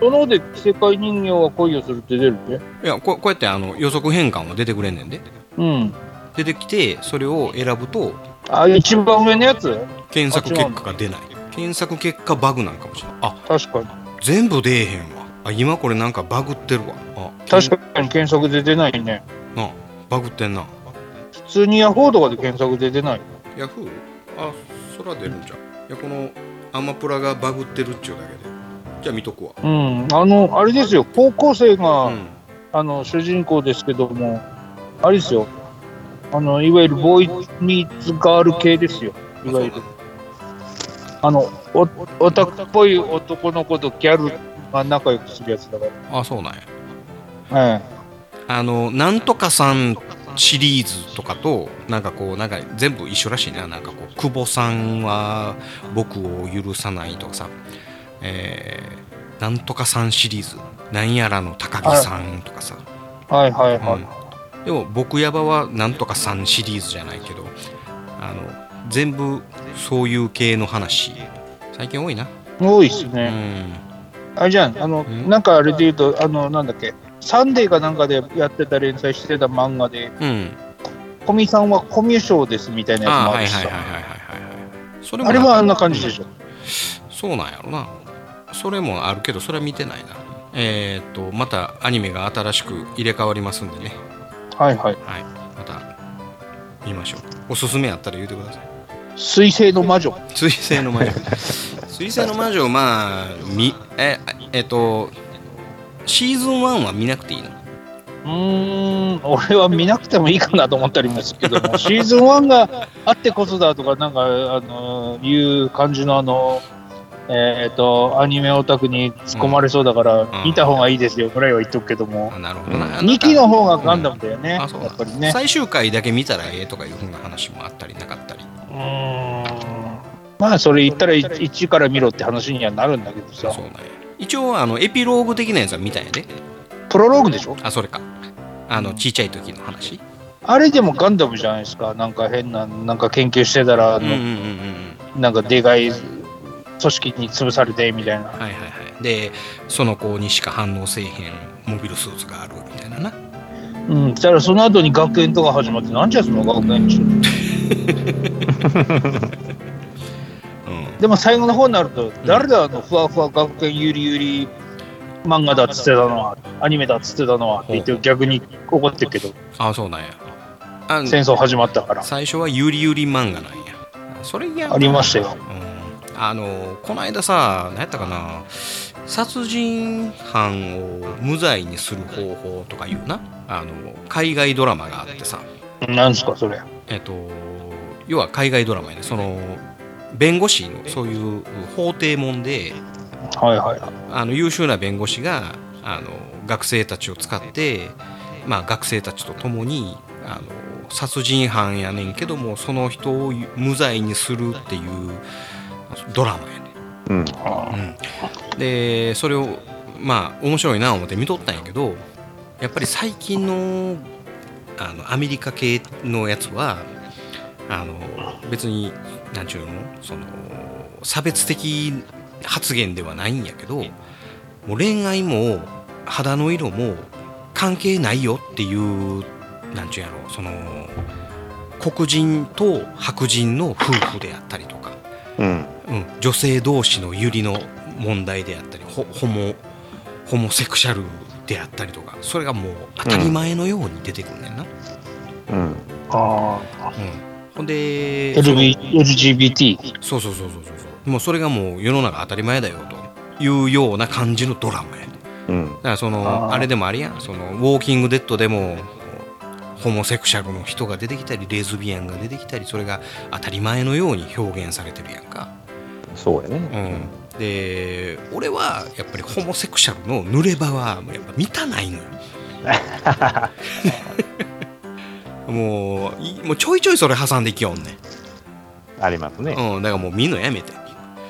そので、着せ替え人形は恋をするって出るで。いやここうやってあの予測変換は出てくれんねんでうん。出てきてそれを選ぶとあ、一番上のやつ検索結果が出ない検索結果バグなんかもしれないあ確かに。全部出えへんわあ今これなんかバグってるわあ確かに検索で出ないね。なあバグってんな普通にヤホーとかで検索で出ない。ヤフーあそら出るんじゃんいやこのアマプラがバグってるっちゅうだけでじゃあ見とくわうん。あの、あれですよ。高校生が、うんあの、主人公ですけども、あれですよ。あの、いわゆるボーイミーツガール系ですよ。いわゆる。あの、おオタクっぽい男の子とギャルが仲良くするやつだかあそうなんやら。えあのなんとかさんシリーズとかとなんかこうなんか全部一緒らしいななんかこう久保さんは僕を許さないとかさ、えーなんとかさんシリーズなんやらの高木さんとかさ、えはいはいはい。うん、でも僕やばはなんとかさんシリーズじゃないけどあの全部そういう系の話最近多いな、多いっすうね。ん、あれじゃん、あの、んなんかあれで言うと、あの、なんだっけ、サンデーかなんかでやってた連載してた漫画で、うん、コミさんはコミュ障ですみたいなやつあもあはるいしはいはいはいさ。はいはいそれもあれはあんな感じでしょ。そうなんやろなそれもあるけどそれは見てないなえーっとまたアニメが新しく入れ替わりますんでねはいはい。はいまた見ましょうおすすめあったら言うてください水星の魔女。水星の 魔女水星の魔女まあみええっとシーズン1は見なくていいのうーん、俺は見なくてもいいかなと思ったりもするけど も、シーズン1があってこそだとか、なんか、あの、いう感じの、あの、えっ、と、アニメオタクに突っ込まれそうだから、ん見た方がいいですよぐらいは言っとくけども、あなるほどな,なんか、 2期の方がガンダムだよね、あそうやなんっぱりね。最終回だけ見たらええとかいうふうな話もあったりなかったりうーんまあそれ言ったら1から見ろって話にはなるんだけどさそうなんや一応あのエピローグ的なやつは見たんやでプロローグでしょあそれかあのちっちゃい時の話あれでもガンダムじゃないですかなんか変ななんか研究してたらあうんうんうんの、うんなんかでかい組織に潰されてみたいなはいはいはいでその子にしか反応せえへんモビルスーツがあるみたいななうんそしたらその後に学園とか始まってなんじゃその学園中うでも最後の方になると誰だあのふわふわ学園ゆりゆり漫画だっつってたのはアニメだっつってたのはって言って逆に怒ってるけどんあそうなんやあ戦争始まったから最初はゆりゆり漫画なんやそれ嫌やありましたうよんあのこの間さ何やったかな殺人犯を無罪にする方法とかいうなあの海外ドラマがあってさなんですかそれえっと、要は海外ドラマやねその弁護士のそういう法廷もんではいはいはいあの優秀な弁護士があの学生たちを使って、まあ、学生たちと共にあの殺人犯やねんけどもその人を無罪にするっていうドラマやねうん。でそれをまあ面白いな思って見とったんやけどやっぱり最近のあのアメリカ系のやつはあの別に何ちゅうのその差別的発言ではないんやけどもう恋愛も肌の色も関係ないよっていうなんちゅうんやろその黒人と白人の夫婦であったりとかうん。うん、女性同士のユリの問題であったりホホモホモセクシャルであったりとかそれがもう当たり前のように出てくるねんな、うんうん。あほんで LGBT そうそうそうそうそうそうもうそれがもう世の中当たり前だよというような感じのドラマやねうんだ。からそのああーれでもあれやんその「ウォーキング・デッド」でもホモセクシャルの人が出てきたりレズビアンが出てきたりそれが当たり前のように表現されてるやんか、そうやね。うん、で俺はやっぱりホモセクシャルの濡れ場はやっぱ満たないの よもういもうちょいちょいそれ挟んできよんね、ありますね。うん、だからもう見んのやめて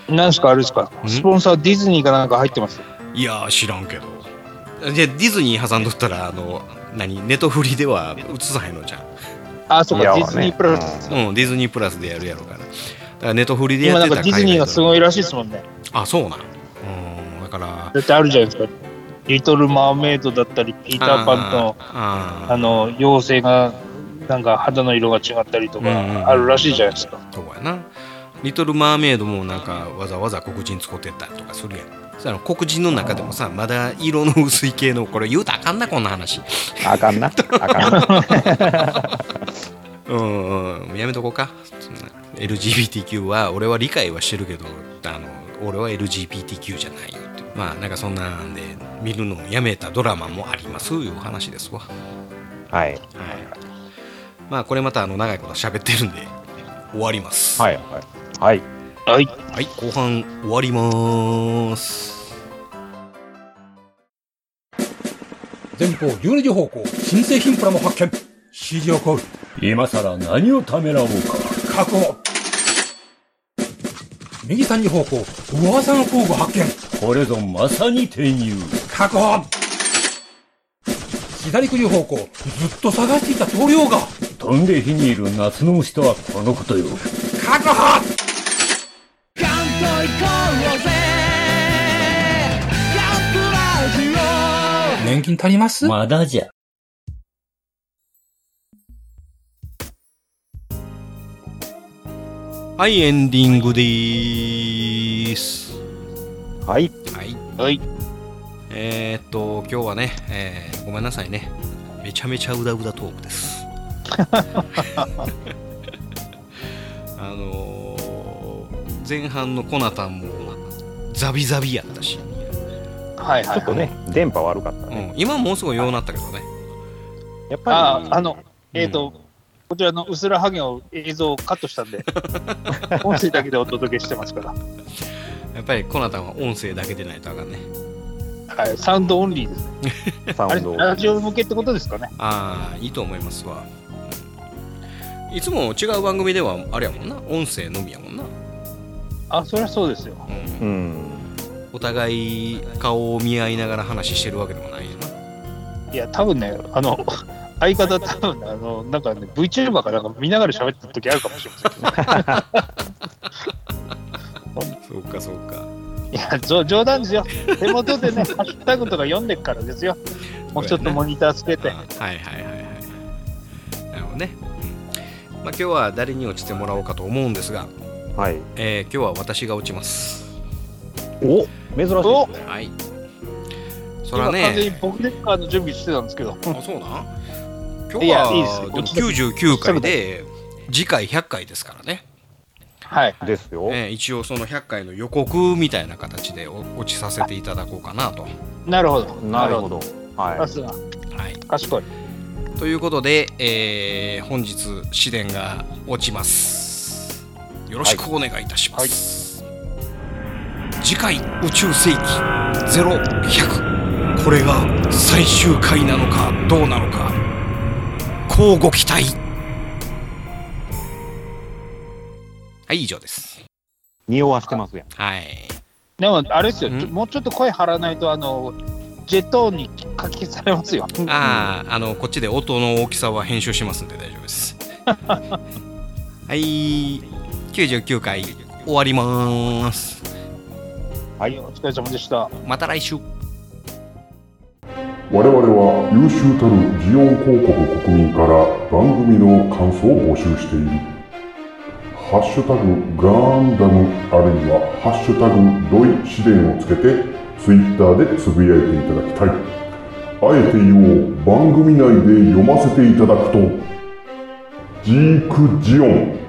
なんすかあれですかんスポンサーディズニーかなんか入ってますいやー知らんけどじゃあディズニー挟んどったらあの何ネトフリでは映さへんのじゃん、あそういやかディズニープラス、ううん、ディズニープラスでやるやろからだからネトフリでや今っなんてたかディズニーがすごいららしいですもんねあそうなん、うん、だから絶対あるじゃないですかリトル・マーメイドだったりピーター・パンとあーあの妖精がなんか肌の色が違ったりとうんうんうんかあるらしいじゃないですか、そうやな。リトル・マーメイドもなんかわざわざ黒人使ってたりとかするやん。その黒人の中でもさまだ色の薄い系のこれ言うたらあかんなこんな話あかんな。あか んな。うんうんやめとこうかそんな LGBTQ は俺は理解はしてるけどあの俺は LGBTQ じゃないよってまあなんかそんなんで見るのをやめたドラマもありますいう話ですわはいはい。まあこれまたあの長いこと喋ってるんで終わりますはい。はい。はい。はい。はい、後半終わります。前方12時方向、新製品プラも発見。指示を行う。今さら何をためらおうか確保。右3時方向、噂の工具発見。これぞまさに転入確保。左9時方向、ずっと探していた棟梁が、飛んで火にいる夏の虫とはこのことよ確保年金足りますまだじゃはい、エンディングでーす。はい。はい。はい。えー、っと、今日はね、えーごめんなさいね。めちゃめちゃうだうだトーク です。あのー前半のコナタンもザビザビやったし、はいちょっとはい。ね、電波悪かったうね。ん、今もうすごいようなったけどね。やっぱあり、あ、の、えっ、と、こちらのうすらハゲを映像をカットした んで、音声だけでお届けしてますから。やっぱりコナタンは音声だけでないとあかんね。はい、サウンドオンリーです。サあウれ、ンド。ラジオ向けってことですかね。ああいいと思いますわ、うんいつも違う番組ではあれやもんな音声のみやもんな、あ、そりゃそうですよ。うんうん。お互い顔を見合いながら話してるわけでもないよないや、多分ね、あの、 相方多分、あの、なんかね、VTuber かなんか見ながら喋ってる時あるかもしれませんけどね。そうかそうかいや、冗冗談ですよ。手元でね、ハ ッシュタグとか読んでっからですよ。もうちょっとモニターつけて。はいはいはいはいなるほどね、うんまあ、今日は誰に落ちてもらおうかと思うんですが、はい。えー今日は私が落ちますお珍しいですね。はいそ今ら完全にね僕レッカーの準備してたんですけど。あそうなん今い日やいいですはよでも99回で次回100回ですからねはい。ですよ。えー一応その100回の予告みたいな形でお落ちさせていただこうかなと。なるほど。なるほど。さはすが。はい、賢い。ということで、えー本日試練が落ちます。よろしくお願いいたします。次回宇宙世紀0100これが最終回なのかどうなのか乞うご期待はい以上ですい。匂わしてますやん。はいでも、あれですよ。んちょもうちょっと声張らないと、あの、ジェトーンにかき消されますよ。ああ、あの、こっちで音の大きさは編集しますんで大丈夫です。はい、99回終わります。はい。お疲れ様でした。また来週。我々は優秀たるジオン広告国民から番組の感想を募集しているハッシュタグガンダムあるいはハッシュタグドイ試練をつけてツイッターでつぶやいていただきたいあえて言おう番組内で読ませていただくとジークジオン